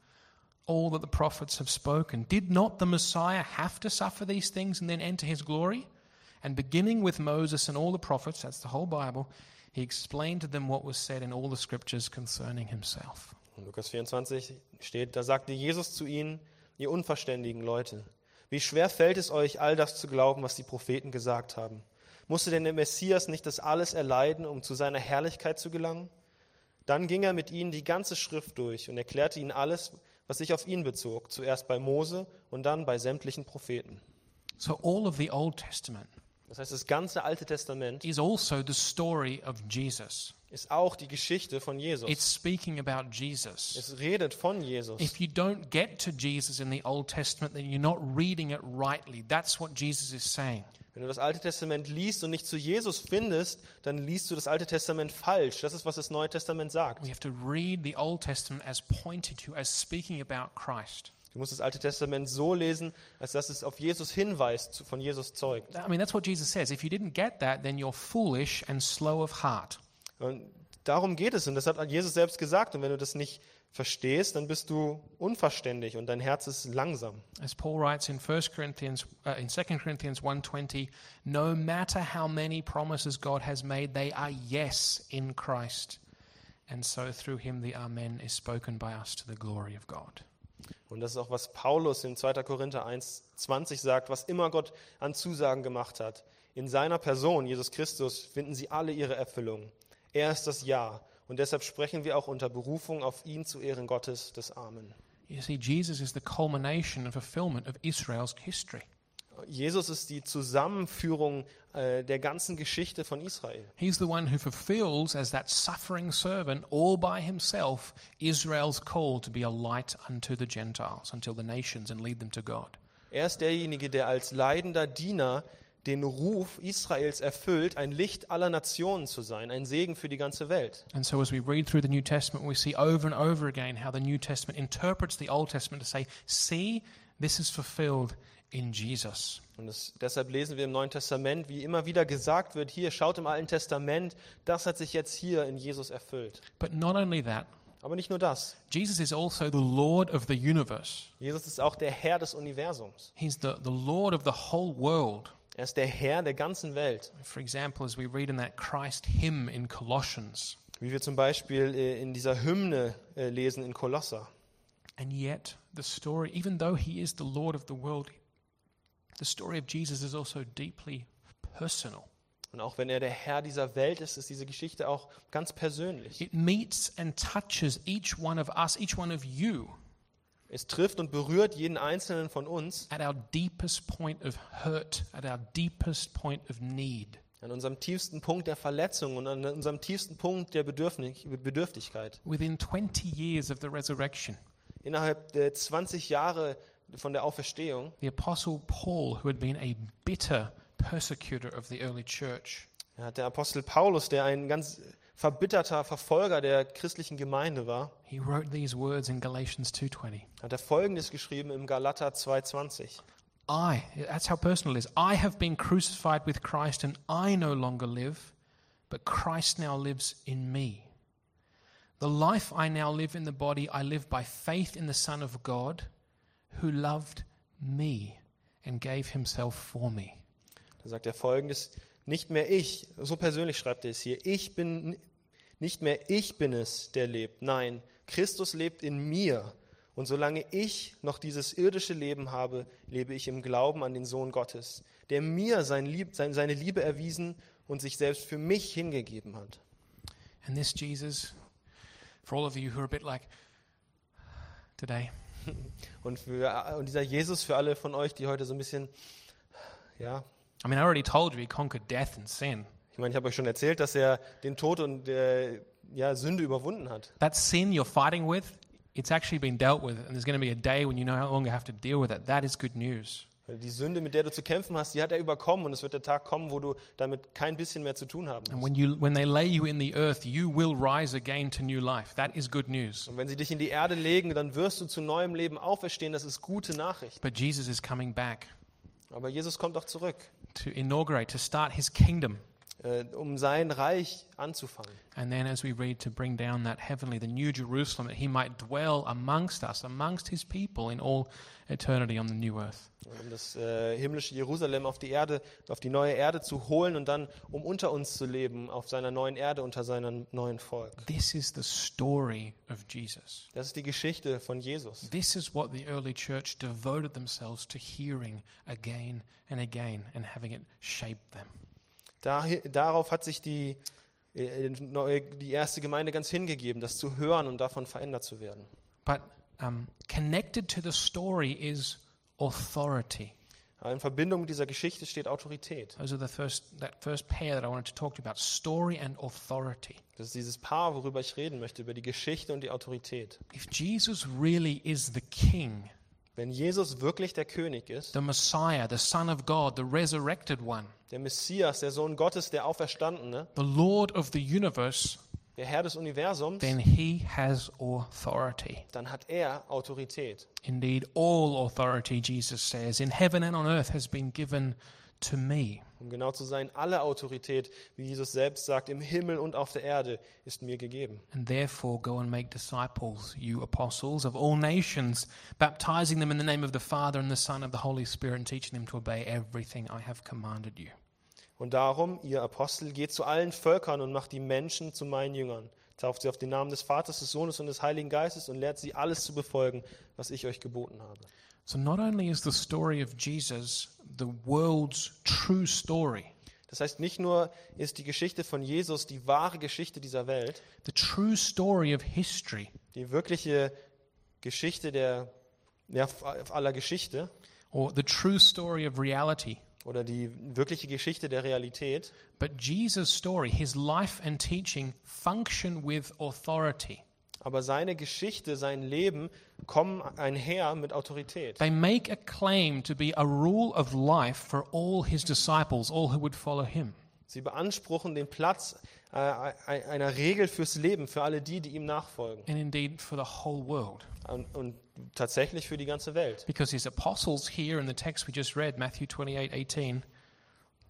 all that the prophets have spoken. Did not the Messiah have to suffer these things and then enter his glory? And beginning with Moses and all the prophets, that's the whole Bible, he explained to them what was said in all the scriptures concerning himself. In Lukas 24 steht, da sagte Jesus zu ihnen, ihr unverständigen Leute, wie schwer fällt es euch, all das zu glauben, was die Propheten gesagt haben? Musste denn der Messias nicht das alles erleiden, um zu seiner Herrlichkeit zu gelangen? Dann ging er mit ihnen die ganze Schrift durch und erklärte ihnen alles, was sich auf ihn bezog, zuerst bei Mose und dann bei sämtlichen Propheten. So, all of the Old Testament Das heißt, das ganze Alte Testament is also the story of Jesus. ist auch die Geschichte von Jesus. It's speaking about Jesus. Es redet von Jesus. If you don't get to Jesus in the Old Testament, then you're not reading it rightly. That's what Jesus is saying. Wenn du das Alte Testament liest und nicht zu Jesus findest, dann liest du das Alte Testament falsch. Das ist, was das Neue Testament sagt. We have to read the Old Testament as pointed to, as speaking about Christ. Du musst das Alte Testament so lesen, als dass es auf Jesus hinweist, zu- von Jesus zeugt. I mean, that's what Jesus says. If you didn't get that, then you're foolish and slow of heart. Und darum geht es. Und das hat Jesus selbst gesagt. Und wenn du das nicht verstehst, dann bist du unverständlich und dein Herz ist langsam. As Paul writes in 1 Corinthians, uh, in 2 Corinthians 1.20, no matter how many promises God has made, they are yes in Christ. And so through him the Amen is spoken by us to the glory of God. Und das ist auch, was Paulus in 2. Korinther 1,20 sagt, was immer Gott an Zusagen gemacht hat. In seiner Person, Jesus Christus, finden sie alle ihre Erfüllung. Er ist das Ja. Und deshalb sprechen wir auch unter Berufung auf ihn zu Ehren Gottes des Amen. You see, Jesus is the culmination and fulfillment of Israel's history. Jesus ist die Zusammenführung äh, der ganzen Geschichte von Israel. He's the one who fulfills, as that suffering servant, all by himself, Israel's call to be a light unto the Gentiles, until the nations, and lead them to God. Er ist derjenige, der als leidender Diener den Ruf Israels erfüllt, ein Licht aller Nationen zu sein, ein Segen für die ganze Welt. And so, as we read through the New Testament, we see over and over again how the New Testament interprets the Old Testament to say, See, this is fulfilled in Jesus. Und das, deshalb lesen wir im Neuen Testament, wie immer wieder gesagt wird, hier schaut im Alten Testament, das hat sich jetzt hier in Jesus erfüllt. But not only that, Aber nicht nur das. Jesus is also the Lord of the universe, Jesus ist auch der Herr des Universums. He's the, the Lord of the whole world. Er ist der Herr der ganzen Welt. For example, as we read in that Christ hymn in Colossians, Wie wir zum Beispiel äh, in dieser Hymne äh, lesen in Kolosser. And yet, the story, even though he is the Lord of the world, the story of Jesus is also deeply personal. Und auch wenn er der Herr dieser Welt ist, ist diese Geschichte auch ganz persönlich. It meets and touches each one of us, each one of you, Es trifft und berührt jeden Einzelnen von uns at our deepest point of hurt, at our deepest point of need. an unserem tiefsten Punkt der Verletzung und an unserem tiefsten Punkt der Bedürfnig Bedürftigkeit. Within 20 years of the resurrection, Innerhalb der 20 Jahre von der Auferstehung the Apostle Paul, who had been a bitter persecutor of the early church, hat der Apostel Paulus, der ein ganz verbitterter Verfolger der christlichen Gemeinde war, He wrote these words in Galatians 2:20. hat er Folgendes geschrieben im Galater 2,20. I, that's how personal it is. I have been crucified with Christ and I no longer live, but Christ now lives in me. The life I now live in the body, I live by faith in the Son of God who loved me and gave himself for me. Da sagt er Folgendes, nicht mehr ich, so persönlich schreibt er es hier, ich bin, nicht mehr ich bin es, der lebt, nein, Christus lebt in mir. Und solange ich noch dieses irdische Leben habe, lebe ich im Glauben an den Sohn Gottes, der mir sein Lieb, sein, seine Liebe erwiesen und sich selbst für mich hingegeben hat. And this Jesus, for all of you who are a bit like today, Und, für, und dieser Jesus für alle von euch, die heute so ein bisschen, ja, I mean, I already told you he conquered death and sin. ich meine, ich habe euch schon erzählt, dass er den Tod und äh, ja, Sünde überwunden hat. That sin you're fighting with, it's actually been dealt with, and there's going to be a day when you no longer have to deal with it. That is good news. Die Sünde, mit der du zu kämpfen hast, die hat er überkommen und es wird der Tag kommen, wo du damit kein bisschen mehr zu tun haben And musst. when, you, when they lay you in the earth, you will rise again to new life. That is good news. Und wenn sie dich in die Erde legen, dann wirst du zu neuem Leben auferstehen. Das ist gute Nachricht. But Jesus is coming back Aber Jesus kommt auch zurück, to inaugurate, to start his kingdom. äh, um sein Reich anzufangen. And then, as we read, to bring down that heavenly, the new Jerusalem, that he might dwell amongst us, amongst his people in all eternity on the new earth. Und um das äh, himmlische Jerusalem auf die Erde, auf die neue Erde zu holen und dann, um unter uns zu leben, auf seiner neuen Erde, unter seinem neuen Volk. This is the story of Jesus. Das ist die Geschichte von Jesus. This is what the early church devoted themselves to hearing again and again and having it shape them. Dahi- darauf hat sich die, äh, neue, die erste Gemeinde ganz hingegeben, das zu hören und davon verändert zu werden. But um, connected to the story ist authority. Aber in Verbindung mit dieser Geschichte steht Autorität. Those are the first that first pair that I wanted to talk to you about: story and authority. Das ist dieses Paar, worüber ich reden möchte, über die Geschichte und die Autorität. If Jesus really is the King, Wenn Jesus wirklich der König ist, the Messiah, the Son of God, the resurrected one, der Messias, der Sohn Gottes, der Auferstandene, the Lord of the universe, der Herr des Universums, then He has authority. dann hat er Autorität. Indeed, all authority, Jesus says, in heaven and on earth has been given to me. Um genau zu sein, alle Autorität, wie Jesus selbst sagt, im Himmel und auf der Erde ist mir gegeben. And therefore, go and make disciples, you apostles of all nations, baptizing them in the name of the Father and the Son and the Holy Spirit, and teaching them to obey everything I have commanded you. Und darum, ihr Apostel, geht zu allen Völkern und macht die Menschen zu meinen Jüngern. Tauft sie auf den Namen des Vaters, des Sohnes und des Heiligen Geistes und lehrt sie alles zu befolgen, was ich euch geboten habe. So, not only is the story of Jesus the world's true story, Das heißt, nicht nur ist die Geschichte von Jesus die wahre Geschichte dieser Welt, the true story of history, die wirkliche Geschichte der, ja, aller Geschichte or the true story of reality, oder die wirkliche Geschichte der Realität, but Jesus' story, his life and teaching function with authority. aber seine Geschichte, sein Leben kommen einher mit Autorität. They make a claim to be a rule of life for all his disciples, all who would follow him. Sie beanspruchen den Platz äh, ei- einer Regel fürs Leben, für alle die, die ihm nachfolgen and indeed for the whole world. und, und tatsächlich für die ganze Welt. Because his apostles here in the text we just read, Matthew 28 18,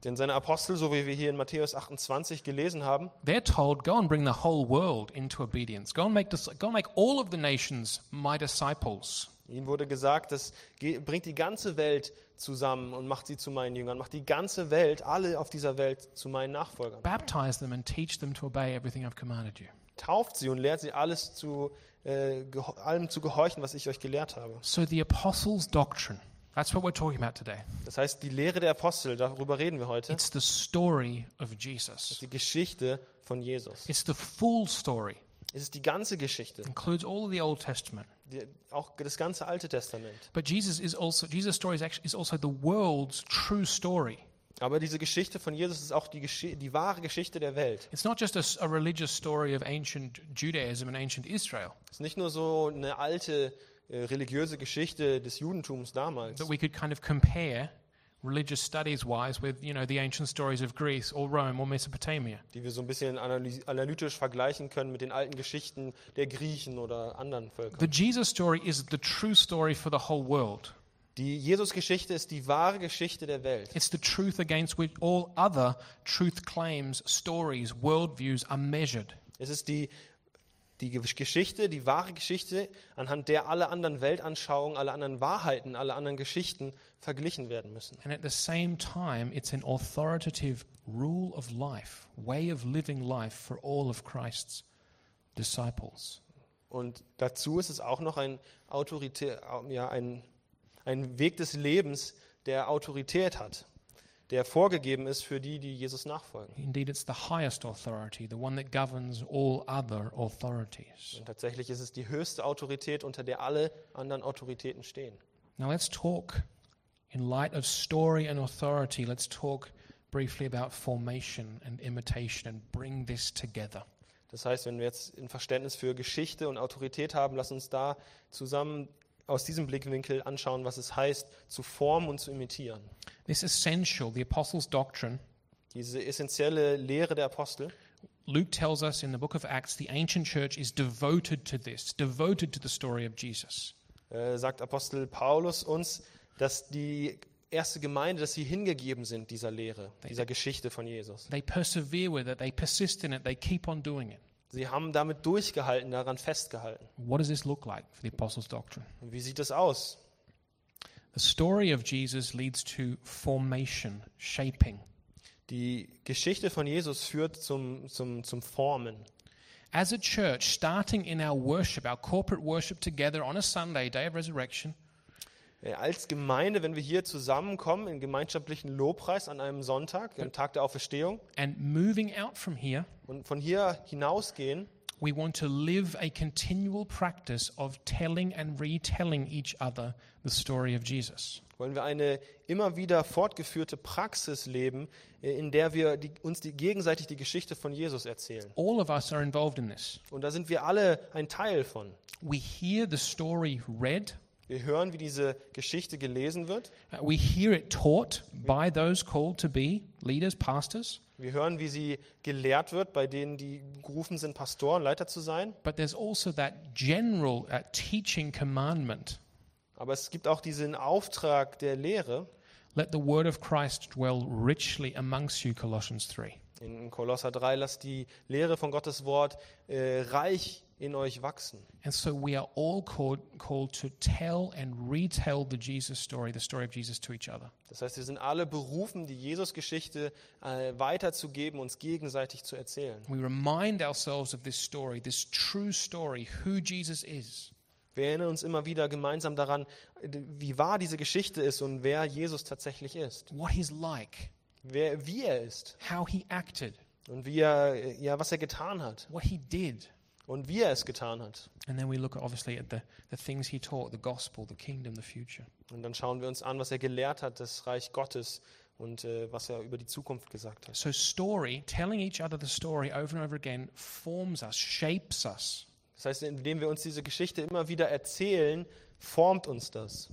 Denn seine Apostel, so wie wir hier in Matthäus 28 gelesen haben, they're told, Go and bring the whole world into obedience. Go and make, dis- go and make all of the nations my disciples. Ihnen wurde gesagt, das ge- bringt die ganze Welt zusammen und macht sie zu meinen Jüngern, macht die ganze Welt, alle auf dieser Welt zu meinen Nachfolgern. Baptize them and teach them to obey everything I've commanded you. Tauft sie und lehrt sie alles zu, äh, geho- allem zu gehorchen, was ich euch gelehrt habe. So the apostles' doctrine, that's what we're talking about today. Das heißt, die Lehre der Apostel, darüber reden wir heute, It's the story of ist Jesus, die Geschichte von Jesus. it's the full story, Es ist die ganze Geschichte, includes all of the Old Testament. die, auch das ganze Alte Testament. But Jesus is also, Jesus' story is, actually, is also the world's true story. Aber diese Geschichte von Jesus ist auch die, Geschi- die wahre Geschichte der Welt. It's not just a, s- a religious story of ancient Judaism and ancient Israel Es ist nicht nur so eine alte äh, religiöse Geschichte des Judentums damals. that we could kind of compare religious studies wise with, you know, the ancient stories of Greece or Rome or Mesopotamia. die wir so ein bisschen analy- analytisch vergleichen können mit den alten Geschichten der Griechen oder anderen Völker. The Jesus story is the true story for the whole world. Die Jesus-Geschichte ist die wahre Geschichte der Welt. It's the truth against which all other truth claims, stories, worldviews are measured. Es ist die, die Ge- Geschichte, die wahre Geschichte, anhand der alle anderen Weltanschauungen, alle anderen Wahrheiten, alle anderen Geschichten verglichen werden müssen. And at the same time, it's an authoritative rule of life, way of living life for all of Christ's disciples. Und dazu ist es auch noch ein, Autoritä ja, ein, ein Weg des Lebens, der Autorität hat, der vorgegeben ist für die, die Jesus nachfolgen. Indeed, it's the highest authority, the one that governs all other authorities. Und tatsächlich ist es die höchste Autorität, unter der alle anderen Autoritäten stehen. Now, let's talk in light of story and authority. Let's talk briefly about formation and imitation and bring this together. Das heißt, wenn wir jetzt ein Verständnis für Geschichte und Autorität haben, lass uns da zusammen aus diesem Blickwinkel anschauen, was es heißt, zu formen und zu imitieren. This essential, the apostles' doctrine, Diese essentielle Lehre der Apostel. Luke tells us in the book of Acts, the ancient church is devoted to this, devoted to the story of Jesus. äh, sagt Apostel Paulus uns, dass die erste Gemeinde, dass sie hingegeben sind dieser Lehre, dieser Geschichte von Jesus. They persevere with it, they persist in it, they keep on doing it. Sie haben damit durchgehalten, daran festgehalten. What does this look like for the apostles' doctrine? Und wie sieht das aus? The story of Jesus leads to formation, shaping. Die Geschichte von Jesus führt zum, zum, zum Formen. As a church, starting in our worship, our corporate worship together on a Sunday, day of resurrection, Äh, Als Gemeinde, wenn wir hier zusammenkommen im gemeinschaftlichen Lobpreis an einem Sonntag, am Tag der Auferstehung, and moving out from here, und von hier hinausgehen, we want to live a continual practice of telling and retelling each other the story of Jesus. wollen wir eine immer wieder fortgeführte Praxis leben, äh, in der wir die, uns die, gegenseitig die Geschichte von Jesus erzählen. All of us are involved in this. Und da sind wir alle ein Teil von. We hear the story read, Wir hören, wie diese Geschichte gelesen wird. uh, we hear it taught by those called to be leaders, pastors, Wir hören, wie sie gelehrt wird bei denen, die gerufen sind, Pastoren, Leiter zu sein. but there's also that general uh, teaching commandment Aber es gibt auch diesen Auftrag der Lehre. let the word of Christ dwell richly amongst you, Colossians 3. In Kolosser 3, lasst die Lehre von Gottes Wort äh, reich in euch wachsen. And so we are all called, called to tell and retell the Jesus story, the story of Jesus to each other. Das heißt, wir sind alle berufen, die Jesus-Geschichte äh, weiterzugeben, uns gegenseitig zu erzählen. We remind ourselves of this story, this true story, who Jesus is. Wir erinnern uns immer wieder gemeinsam daran, äh, wie wahr diese Geschichte ist und wer Jesus tatsächlich ist. what he's like, Wer, wie er ist. how he acted, und wie er, ja, was er getan hat what he did. und wie er es getan hat. And then we look obviously at the, the things he taught the gospel, the kingdom, the future. Und dann schauen wir uns an, was er gelehrt hat, das Reich Gottes und äh, was er über die Zukunft gesagt hat. So, story, telling each other the story over and over again, forms us, shapes us. Das heißt, indem wir uns diese Geschichte immer wieder erzählen, formt uns das.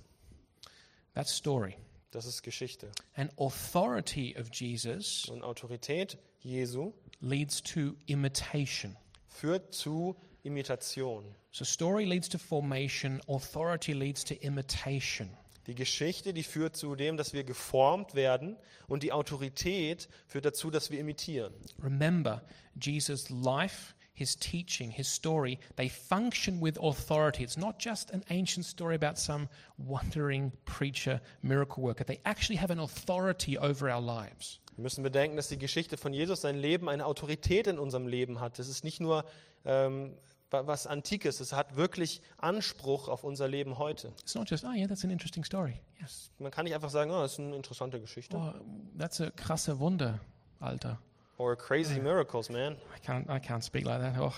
That's story. Das ist Geschichte. And authority of Jesus Und Autorität Jesu leads to imitation. führt zu Imitation. So, story leads to formation, authority leads to imitation. Die Geschichte, die führt zu dem, dass wir geformt werden und die Autorität führt dazu, dass wir imitieren. Remember, Jesus' life, his teaching, his story, they function with authority. It's not just an ancient story about some wandering preacher, miracle worker. They actually have an authority over our lives. Wir müssen bedenken, dass die Geschichte von Jesus, sein Leben, eine Autorität in unserem Leben hat. Das ist nicht nur ähm, wa- was Antikes, es hat wirklich Anspruch auf unser Leben heute. It's not just, oh, yeah, that's an interesting story. Yes. Man kann nicht einfach sagen, oh, das ist eine interessante Geschichte. Oh, that's a krasse Wunder, Alter. Or crazy miracles, man. I can't, I can't speak like that. Oh,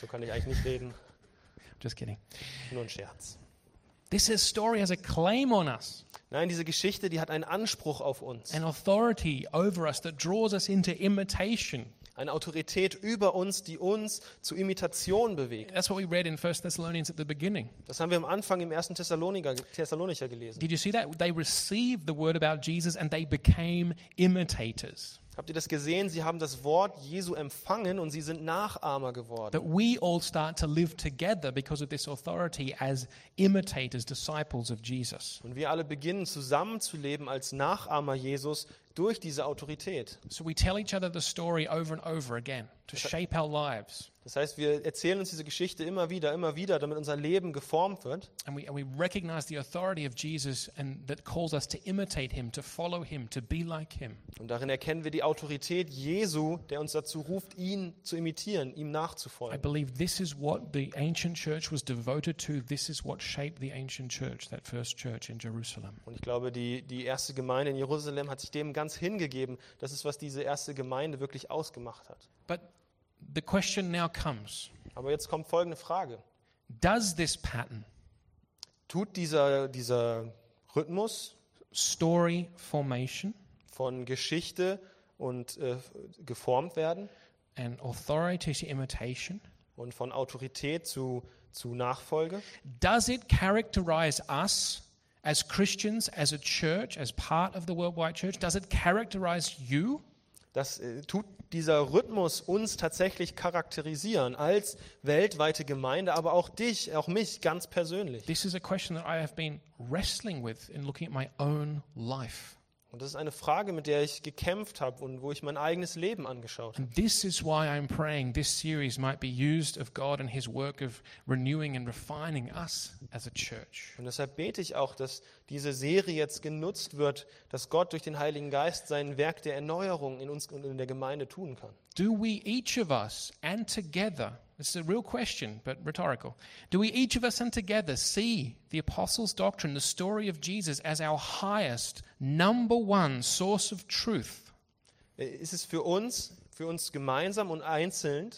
So kann ich eigentlich nicht reden. just kidding. Nur ein Scherz. This is- story has a claim on us, Nein, diese Geschichte, die hat einen Anspruch auf uns, an authority over us that draws us into imitation. eine Autorität über uns, die uns zur Imitation bewegt. That's what we read in 1 Thessalonians at the beginning. Das haben wir am Anfang im ersten Thessaloniker, Thessalonicher gelesen. Did you see that? They received the word about Jesus and they became imitators. Habt ihr das gesehen? Sie haben das Wort Jesu empfangen und sie sind Nachahmer geworden. That we all start to live together because of this authority as imitators, disciples of Jesus. Und wir alle beginnen zusammenzuleben als Nachahmer Jesus durch diese Autorität. So we tell each other the story over and over again to shape our lives. Das heißt, wir erzählen uns diese Geschichte immer wieder, immer wieder, damit unser Leben geformt wird. And we, and we recognize the authority of Jesus and that calls us to imitate him, to follow him, to be like him. Und darin erkennen wir die Autorität Jesu, der uns dazu ruft, ihn zu imitieren, ihm I nachzufolgen. believe this is what the ancient church was devoted to. This is what shaped the ancient church, that first church in Jerusalem. Und ich glaube, die, die erste Gemeinde in Jerusalem hat sich dem ganz hingegeben. Das ist, was diese erste Gemeinde wirklich ausgemacht hat. But the question now comes Aber jetzt kommt folgende Frage. Does this pattern, Tut dieser, dieser Rhythmus story formation von Geschichte und äh, geformt werden and authority to imitation, und von Autorität zu, zu Nachfolge, does it characterize us as Christians, as a church, as part of the worldwide church? Does it characterize you? das äh, tut dieser Rhythmus uns tatsächlich charakterisieren als weltweite Gemeinde, aber auch dich, auch mich ganz persönlich. This is a question that I have been wrestling with in looking at my own life. Und das ist eine Frage, mit der ich gekämpft habe und wo ich mein eigenes Leben angeschaut habe. And this is why I'm praying this series might be used of God and His work of renewing and refining us as a church. Und deshalb bete ich auch, dass diese Serie jetzt genutzt wird, dass Gott durch den Heiligen Geist sein Werk der Erneuerung in uns und in der Gemeinde tun kann. Do we, each of us, and together, this is a real question, but rhetorical, do we, each of us, and together, see the apostles' doctrine, the story of Jesus, as our highest, number one source of truth? Äh, Ist es für uns, für uns gemeinsam und einzeln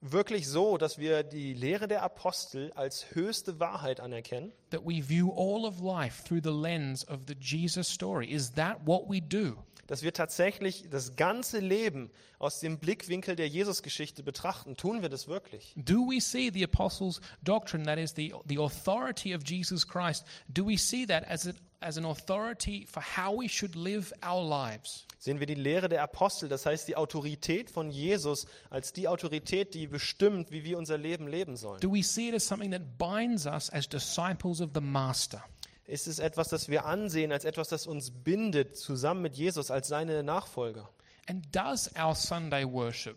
wirklich so, dass wir die Lehre der Apostel als höchste Wahrheit anerkennen? That we view all of life through the lens of the Jesus story? Is that what we do? Dass wir tatsächlich das ganze Leben aus dem Blickwinkel der Jesusgeschichte betrachten? Tun wir das wirklich? Do we see the apostles' doctrine, that is the, the authority of Jesus Christ, do we see that as, a, as an authority for how we should live our lives? Sehen wir die Lehre der Apostel, das heißt die Autorität von Jesus, als die Autorität, die bestimmt, wie wir unser Leben leben sollen? Do we see it as something that binds us as disciples of the Master? Ist es etwas, das wir ansehen, als etwas, das uns bindet, zusammen mit Jesus, als seine Nachfolger? And does our Sunday worship,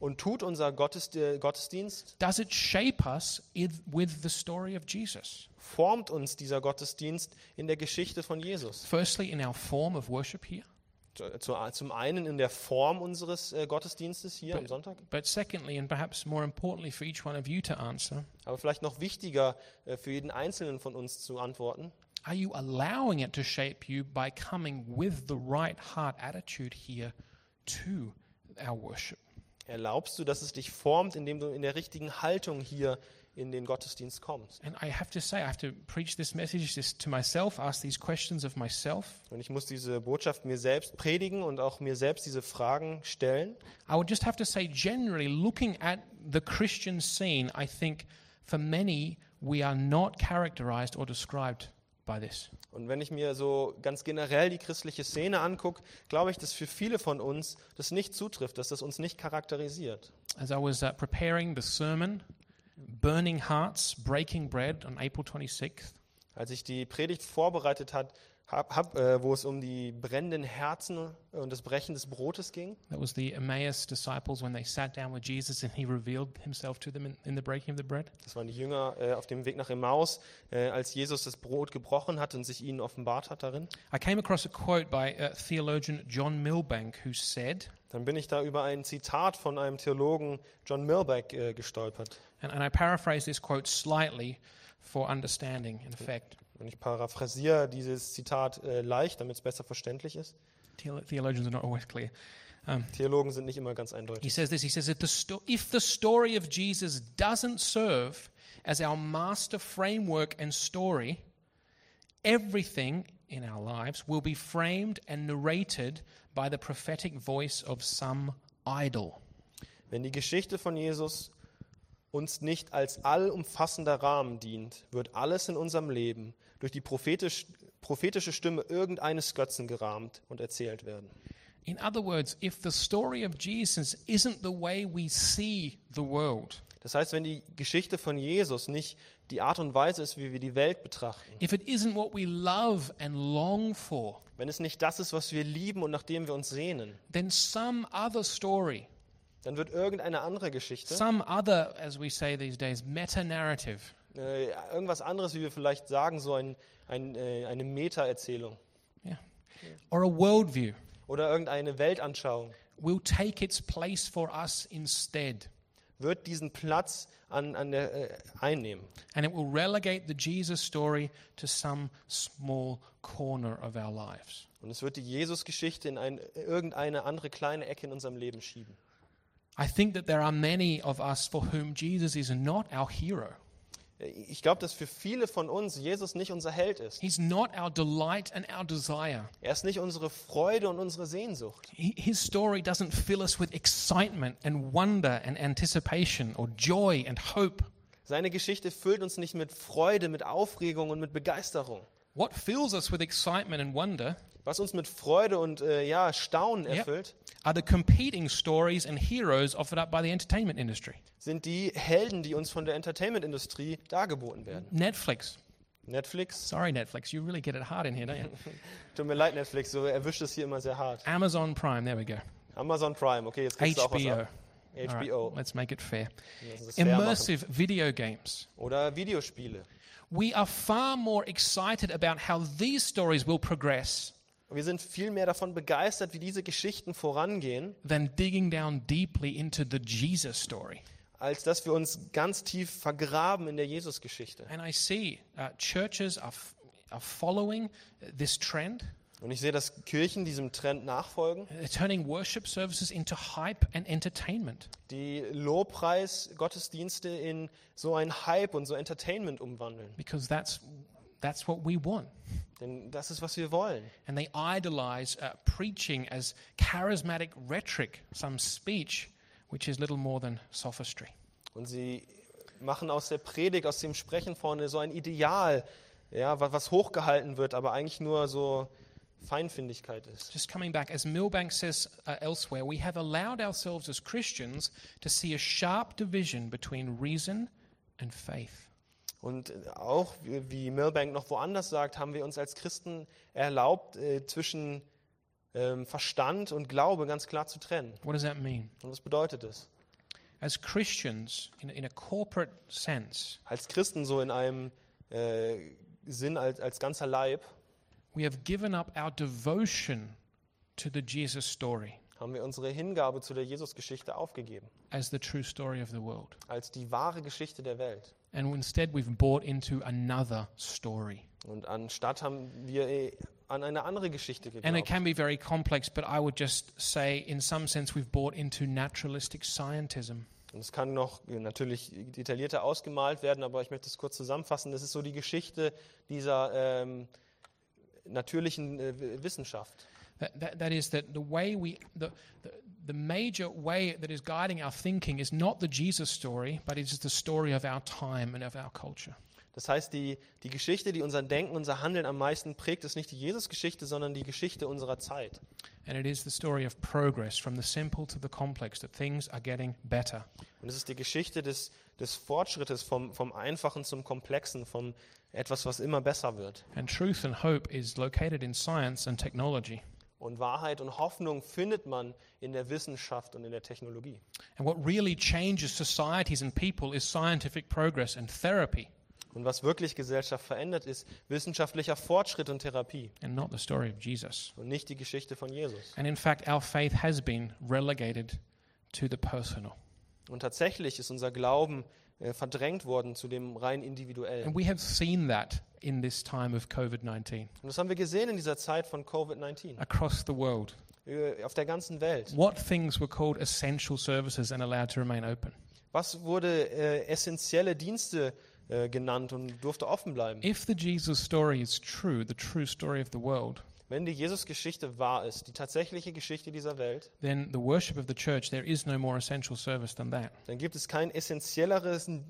Und tut unser Gottes, äh, Gottesdienst, does it shape us if, with the story of Jesus? formt uns dieser Gottesdienst in der Geschichte von Jesus? Firstly, in our form of worship here, Zu- zu- Zum einen in der Form unseres äh, Gottesdienstes hier am Sonntag, but secondly, and perhaps more importantly for each one of you to answer, aber vielleicht noch wichtiger äh, für jeden Einzelnen von uns zu antworten. Are you allowing it to shape you by coming with the right heart attitude here to our worship? Erlaubst du, dass es dich formt, indem du in der richtigen Haltung hier in den Gottesdienst kommst? And I have to say, I have to preach this message this to myself, ask these questions of myself. Und ich muss diese Botschaft mir selbst predigen und auch mir selbst diese Fragen stellen. I would just have to say, generally, looking at the Christian scene, I think for many, we are not characterized or described by this. Und wenn ich mir so ganz generell die christliche Szene angucke, glaube ich, dass für viele von uns das nicht zutrifft, dass das uns nicht charakterisiert. As I was uh, preparing the sermon, Burning Hearts, Breaking Bread on April 26th, Als ich die Predigt vorbereitet hat, hab, hab, äh, wo es um die brennenden Herzen und das Brechen des Brotes ging, That was the Emmaus disciples when they sat down with Jesus and he revealed himself to them in, in the breaking of the bread. das waren die Jünger äh, auf dem Weg nach Emmaus, äh, als Jesus das Brot gebrochen hat und sich ihnen offenbart hat darin. I came across a quote by uh, theologian John Milbank who said, Dann bin ich da über ein Zitat von einem Theologen John Milbeck äh, gestolpert. and, and I paraphrase this quote slightly for understanding and effect. Und ich paraphrasiere dieses Zitat äh, leicht, damit es besser verständlich ist. Theolo- Theologians are not always clear. Theologen sind nicht immer ganz He eindeutig. says this He says, that the sto- if the story of Jesus doesn't serve as our master framework and story, everything in our lives will be framed and narrated by the prophetic voice of some idol. Wenn die Geschichte von Jesus uns nicht als allumfassender Rahmen dient, wird alles in unserem Leben durch die prophetisch, prophetische Stimme irgendeines Götzen gerahmt und erzählt werden. In other words, if the story of Jesus isn't the way we see the world, Das heißt, wenn die Geschichte von Jesus nicht die Art und Weise ist, wie wir die Welt betrachten, if it isn't what we love and long for, wenn es nicht das ist, was wir lieben und nach dem wir uns sehnen, then some other story, dann wird irgendeine andere Geschichte, some other, as we say these days, meta narrative, äh, irgendwas anderes, wie wir vielleicht sagen, so ein, ein, äh, eine Meta-Erzählung yeah, or a worldview, oder irgendeine Weltanschauung, will take its place for us instead. wird diesen Platz an, an der, äh, einnehmen. And it will relegate the Jesus story to some small corner of our lives. Und es wird die Jesus-Geschichte in ein, irgendeine andere kleine Ecke in unserem Leben schieben. I think that there are many of us for whom Jesus is not our hero. Äh, Ich glaube, dass für viele von uns Jesus nicht unser Held ist. He's not our delight and our desire. Er ist nicht unsere Freude und unsere Sehnsucht. He- His story doesn't fill us with excitement and wonder and anticipation or joy and hope. Seine Geschichte füllt uns nicht mit Freude, mit Aufregung und mit Begeisterung. What fills us with excitement and wonder Was uns mit Freude und äh, ja, Staunen erfüllt, are the competing stories and heroes offered up by the entertainment industry. sind die Helden, die uns von der Entertainment-Industrie dargeboten werden. Netflix. Netflix, Sorry, Netflix. You really get it hard in here, don't you? tut mir leid, Netflix, so erwischt es hier immer sehr hart. Amazon Prime. There we go. Amazon Prime, okay, jetzt gibt's auch was HBO. ab. All right, HBO. let's make it fair. Lass uns das fair machen. Immersive video games. Oder Videospiele. We are far more excited about how these stories will progress Und wir sind viel mehr davon begeistert, wie diese Geschichten vorangehen, than digging down deeply into the Jesus story. als dass wir uns ganz tief vergraben in der Jesus-Geschichte. And I see uh, churches are, f- are following uh, this trend. Und ich sehe, dass Kirchen diesem Trend nachfolgen, They're turning worship services into hype and entertainment. die Lobpreis-Gottesdienste in so ein Hype und so Entertainment umwandeln. because that's that's what we want. Denn das ist, was wir wollen. And they idolize uh, preaching as charismatic rhetoric, some speech which is little more than sophistry. Und sie machen aus der Predigt, aus dem Sprechen vorne so ein Ideal, ja, wa- was hochgehalten wird, aber eigentlich nur so Feinfindigkeit ist. Just coming back, as Milbank says uh, elsewhere, we have allowed ourselves as Christians to see a sharp division between reason and faith. Und äh, auch, wie wie Milbank noch woanders sagt, haben wir uns als Christen erlaubt, äh, zwischen ähm, Verstand und Glaube ganz klar zu trennen. What does that mean? Und was bedeutet das? As Christians, in, in a corporate sense, Als Christen so in einem äh, Sinn als, als ganzer Leib we have given up our devotion to the Jesus story haben wir unsere Hingabe zu der Jesusgeschichte aufgegeben, as the true story of the world. als die wahre Geschichte der Welt. And instead, we've bought into another story. Und anstatt haben wir äh, an eine andere Geschichte And it geglaubt. can be very complex, but I would just say, in some sense, we've bought into naturalistic scientism. Und es kann noch äh, natürlich detaillierter ausgemalt werden, aber ich möchte es kurz zusammenfassen. Das ist so die Geschichte dieser ähm, natürlichen äh, W- Wissenschaft. That, that, that is, that the way we, the, the, the major way that is guiding our thinking is not the Jesus story, but it is the story of our time and of our culture. Das heißt, die, die Geschichte, die unser Denken, unser Handeln am meisten prägt, ist nicht die Jesusgeschichte, sondern die Geschichte unserer Zeit. And it is the story of progress from the simple to the complex, that things are getting better. Und es ist die Geschichte des, des Fortschrittes vom, vom Einfachen zum Komplexen, vom etwas, was immer besser wird. And truth and hope is located in science and technology. Und Wahrheit und Hoffnung findet man in der Wissenschaft und in der Technologie. And what really changes societies and people is scientific progress and therapy, Und was wirklich Gesellschaft verändert, ist wissenschaftlicher Fortschritt und Therapie and not the story of Jesus. und nicht die Geschichte von Jesus. And in fact, our faith has been relegated to the personal. Und tatsächlich ist unser Glauben äh, verdrängt worden zu dem rein individuellen. And we have seen that in this time of COVID 19 Und das haben wir gesehen in dieser Zeit von Covid-19 across the world. äh, auf der ganzen Welt. What things were called essential services and allowed to remain open? Was wurde äh, essentielle Dienste äh, genannt und durfte offen bleiben. If the Jesus story is true, the true story of the world, Wenn die Jesus-Geschichte wahr ist, die tatsächliche Geschichte dieser Welt, then the worship of the church, there is no more essential service than that. dann gibt es keine essentiellere äh,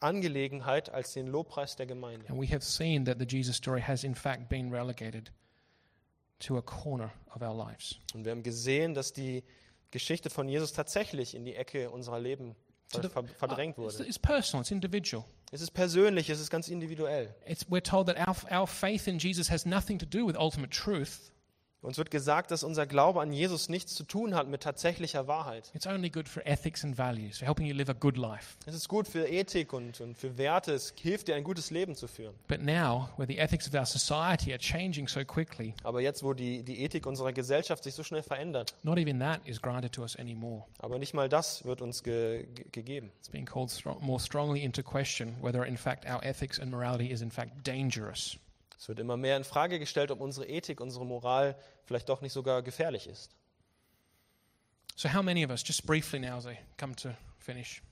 Angelegenheit als den Lobpreis der Gemeinde. And we have seen that the Jesus story has, in fact, been relegated to a corner of our lives, Und wir haben gesehen, dass die Geschichte von Jesus tatsächlich in die Ecke unserer Leben ver ver verdrängt It's, wurde. it's personal, it's individual. Es ist persönlich, es ist ganz individuell. It's, we're told that our, our faith in Jesus has nothing to do with ultimate truth, Uns wird gesagt, dass unser Glaube an Jesus nichts zu tun hat mit tatsächlicher Wahrheit. it's only good for ethics and values, for helping you live a good life. Es ist gut für Ethik und, und für Werte, es hilft dir, ein gutes Leben zu führen. But now, where the ethics of our society are changing so quickly, Aber jetzt, wo die, die Ethik unserer Gesellschaft sich so schnell verändert, not even that is granted to us anymore. aber nicht mal das wird uns ge ge gegeben. It's being called stro- more strongly into question whether, in fact, our ethics and morality is, in fact, dangerous. Es wird immer mehr in Frage gestellt, ob unsere Ethik, unsere Moral vielleicht doch nicht sogar gefährlich ist. So, how many of us, just briefly now as I come to finish,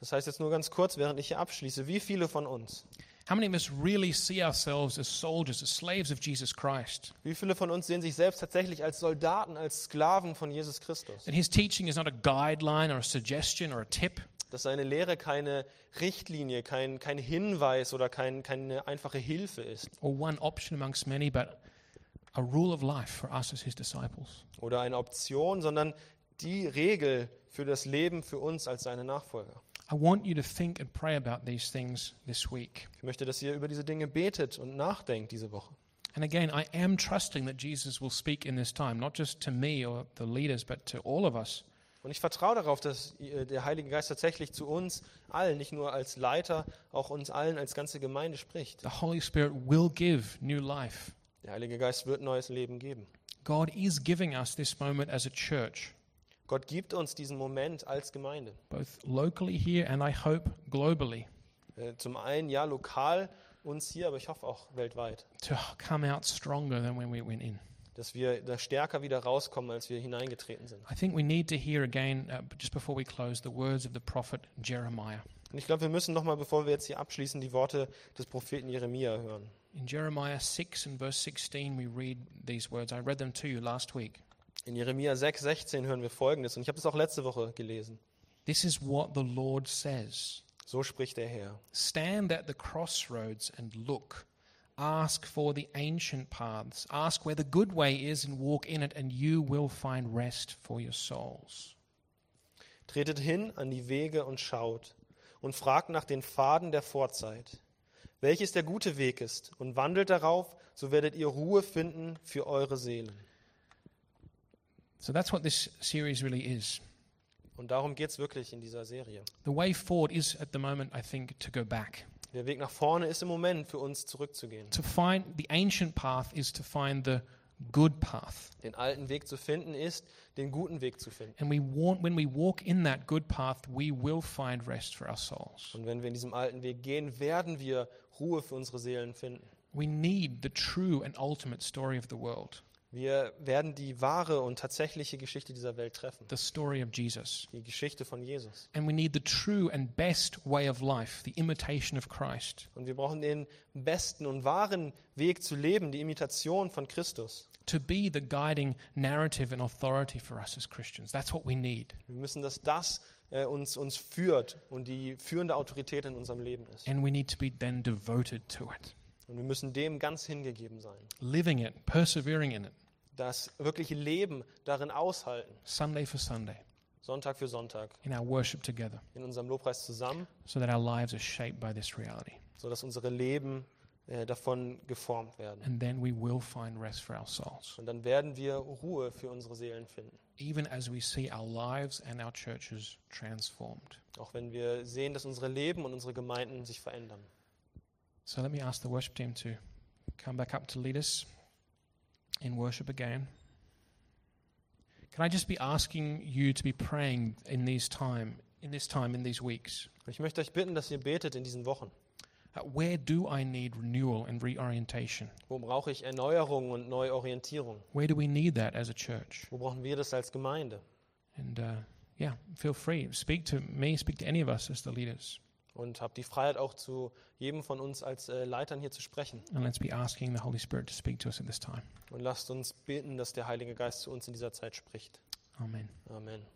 Das heißt jetzt nur ganz kurz, während ich hier abschließe, wie viele von uns how many of us really see ourselves as soldiers, as slaves of Jesus Christ? Wie viele von uns sehen sich selbst tatsächlich als Soldaten, als Sklaven von Jesus Christus? That his teaching is not a guideline or a suggestion or a tip, Dass seine Lehre keine Richtlinie, kein, kein Hinweis oder kein, keine einfache Hilfe ist or one option amongst many, but a rule of life for us as his disciples. oder eine Option, sondern die Regel für das Leben für uns als seine Nachfolger. I want you to think and pray about these things this week. Ich möchte, dass ihr über diese Dinge betet und nachdenkt diese Woche. And again, I am trusting that Jesus will speak in this time, not just to me or the leaders, but to all of us. Und ich vertraue darauf, dass äh, der Heilige Geist tatsächlich zu uns allen, nicht nur als Leiter, auch uns allen als ganze Gemeinde spricht. The Holy Spirit will give new life. Der Heilige Geist wird neues Leben geben. God is giving us this moment as a church, Gott gibt uns diesen Moment als Gemeinde. both locally here and I hope globally, Äh, zum einen ja lokal uns hier, aber ich hoffe auch weltweit, to come out stronger than when we went in. dass wir da stärker wieder rauskommen, als wir hineingetreten sind. I think we need to hear again, uh, just before we close, the words of the prophet Jeremiah. Und ich glaube, wir müssen nochmal, bevor wir jetzt hier abschließen, die Worte des Propheten Jeremia hören. In Jeremiah 6 and verse 16, we read these words. I read them to you last week. In Jeremia 6, 16 hören wir Folgendes, und ich habe das auch letzte Woche gelesen. This is what the Lord says. So spricht der Herr. Stand at the crossroads and look. Ask for the ancient paths. Ask where the good way is and walk in it, and you will find rest for your souls. Tretet hin an die Wege und schaut und fragt nach den Pfaden der Vorzeit, welches der gute Weg ist, und wandelt darauf, so werdet ihr Ruhe finden für eure Seelen. So that's what this series really is. Und darum geht es wirklich in dieser Serie. The way forward is, at the moment, I think, to go back. Der Weg nach vorne ist im Moment für uns zurückzugehen. To find the ancient path is to find the good path. Den alten Weg zu finden ist, den guten Weg zu finden. And we want, when we walk in that good path, we will find rest for our souls. Und wenn wir in diesem alten Weg gehen, werden wir Ruhe für unsere Seelen finden. We need the true and ultimate story of the world, Wir werden die wahre und tatsächliche Geschichte dieser Welt treffen. the story of Jesus. Die Geschichte von Jesus. And we need the true and best way of life, the imitation of Christ, Und wir brauchen den besten und wahren Weg zu leben, die Imitation von Christus. to be the guiding narrative and authority for us as Christians. That's what we need. Wir müssen, dass das äh, uns, uns führt und die führende Autorität in unserem Leben ist. And we need to be then devoted to it, Und wir müssen dem ganz hingegeben sein. living it, persevering in it, Das wirkliche Leben darin aushalten. Sunday for Sunday, Sonntag für Sonntag. in our worship together, in unserem Lobpreis zusammen, so that our lives are shaped by this reality. sodass unsere Leben äh, davon geformt werden. And then we will find rest for our souls, Und dann werden wir Ruhe für unsere Seelen finden. even as we see our lives and our churches transformed. Auch wenn wir sehen, dass unsere Leben und unsere Gemeinden sich verändern. So let me ask the worship team to come back up to lead us in worship again. Can I just be asking you to be praying in these time, in this time, in these weeks? Und ich möchte euch bitten, dass ihr betet in diesen Wochen. Uh, where do I need renewal and reorientation? Wo brauche ich Erneuerung und Neuorientierung? Where do we need that as a church? Wo brauchen wir das als Gemeinde? And uh, yeah, feel free. Speak to me, speak to any of us as the leaders. und habe die Freiheit auch zu jedem von uns als äh, Leitern hier zu sprechen. And let's be asking the Holy Spirit to speak to us at this time. Und lasst uns beten, dass der Heilige Geist zu uns in dieser Zeit spricht. Amen. Amen.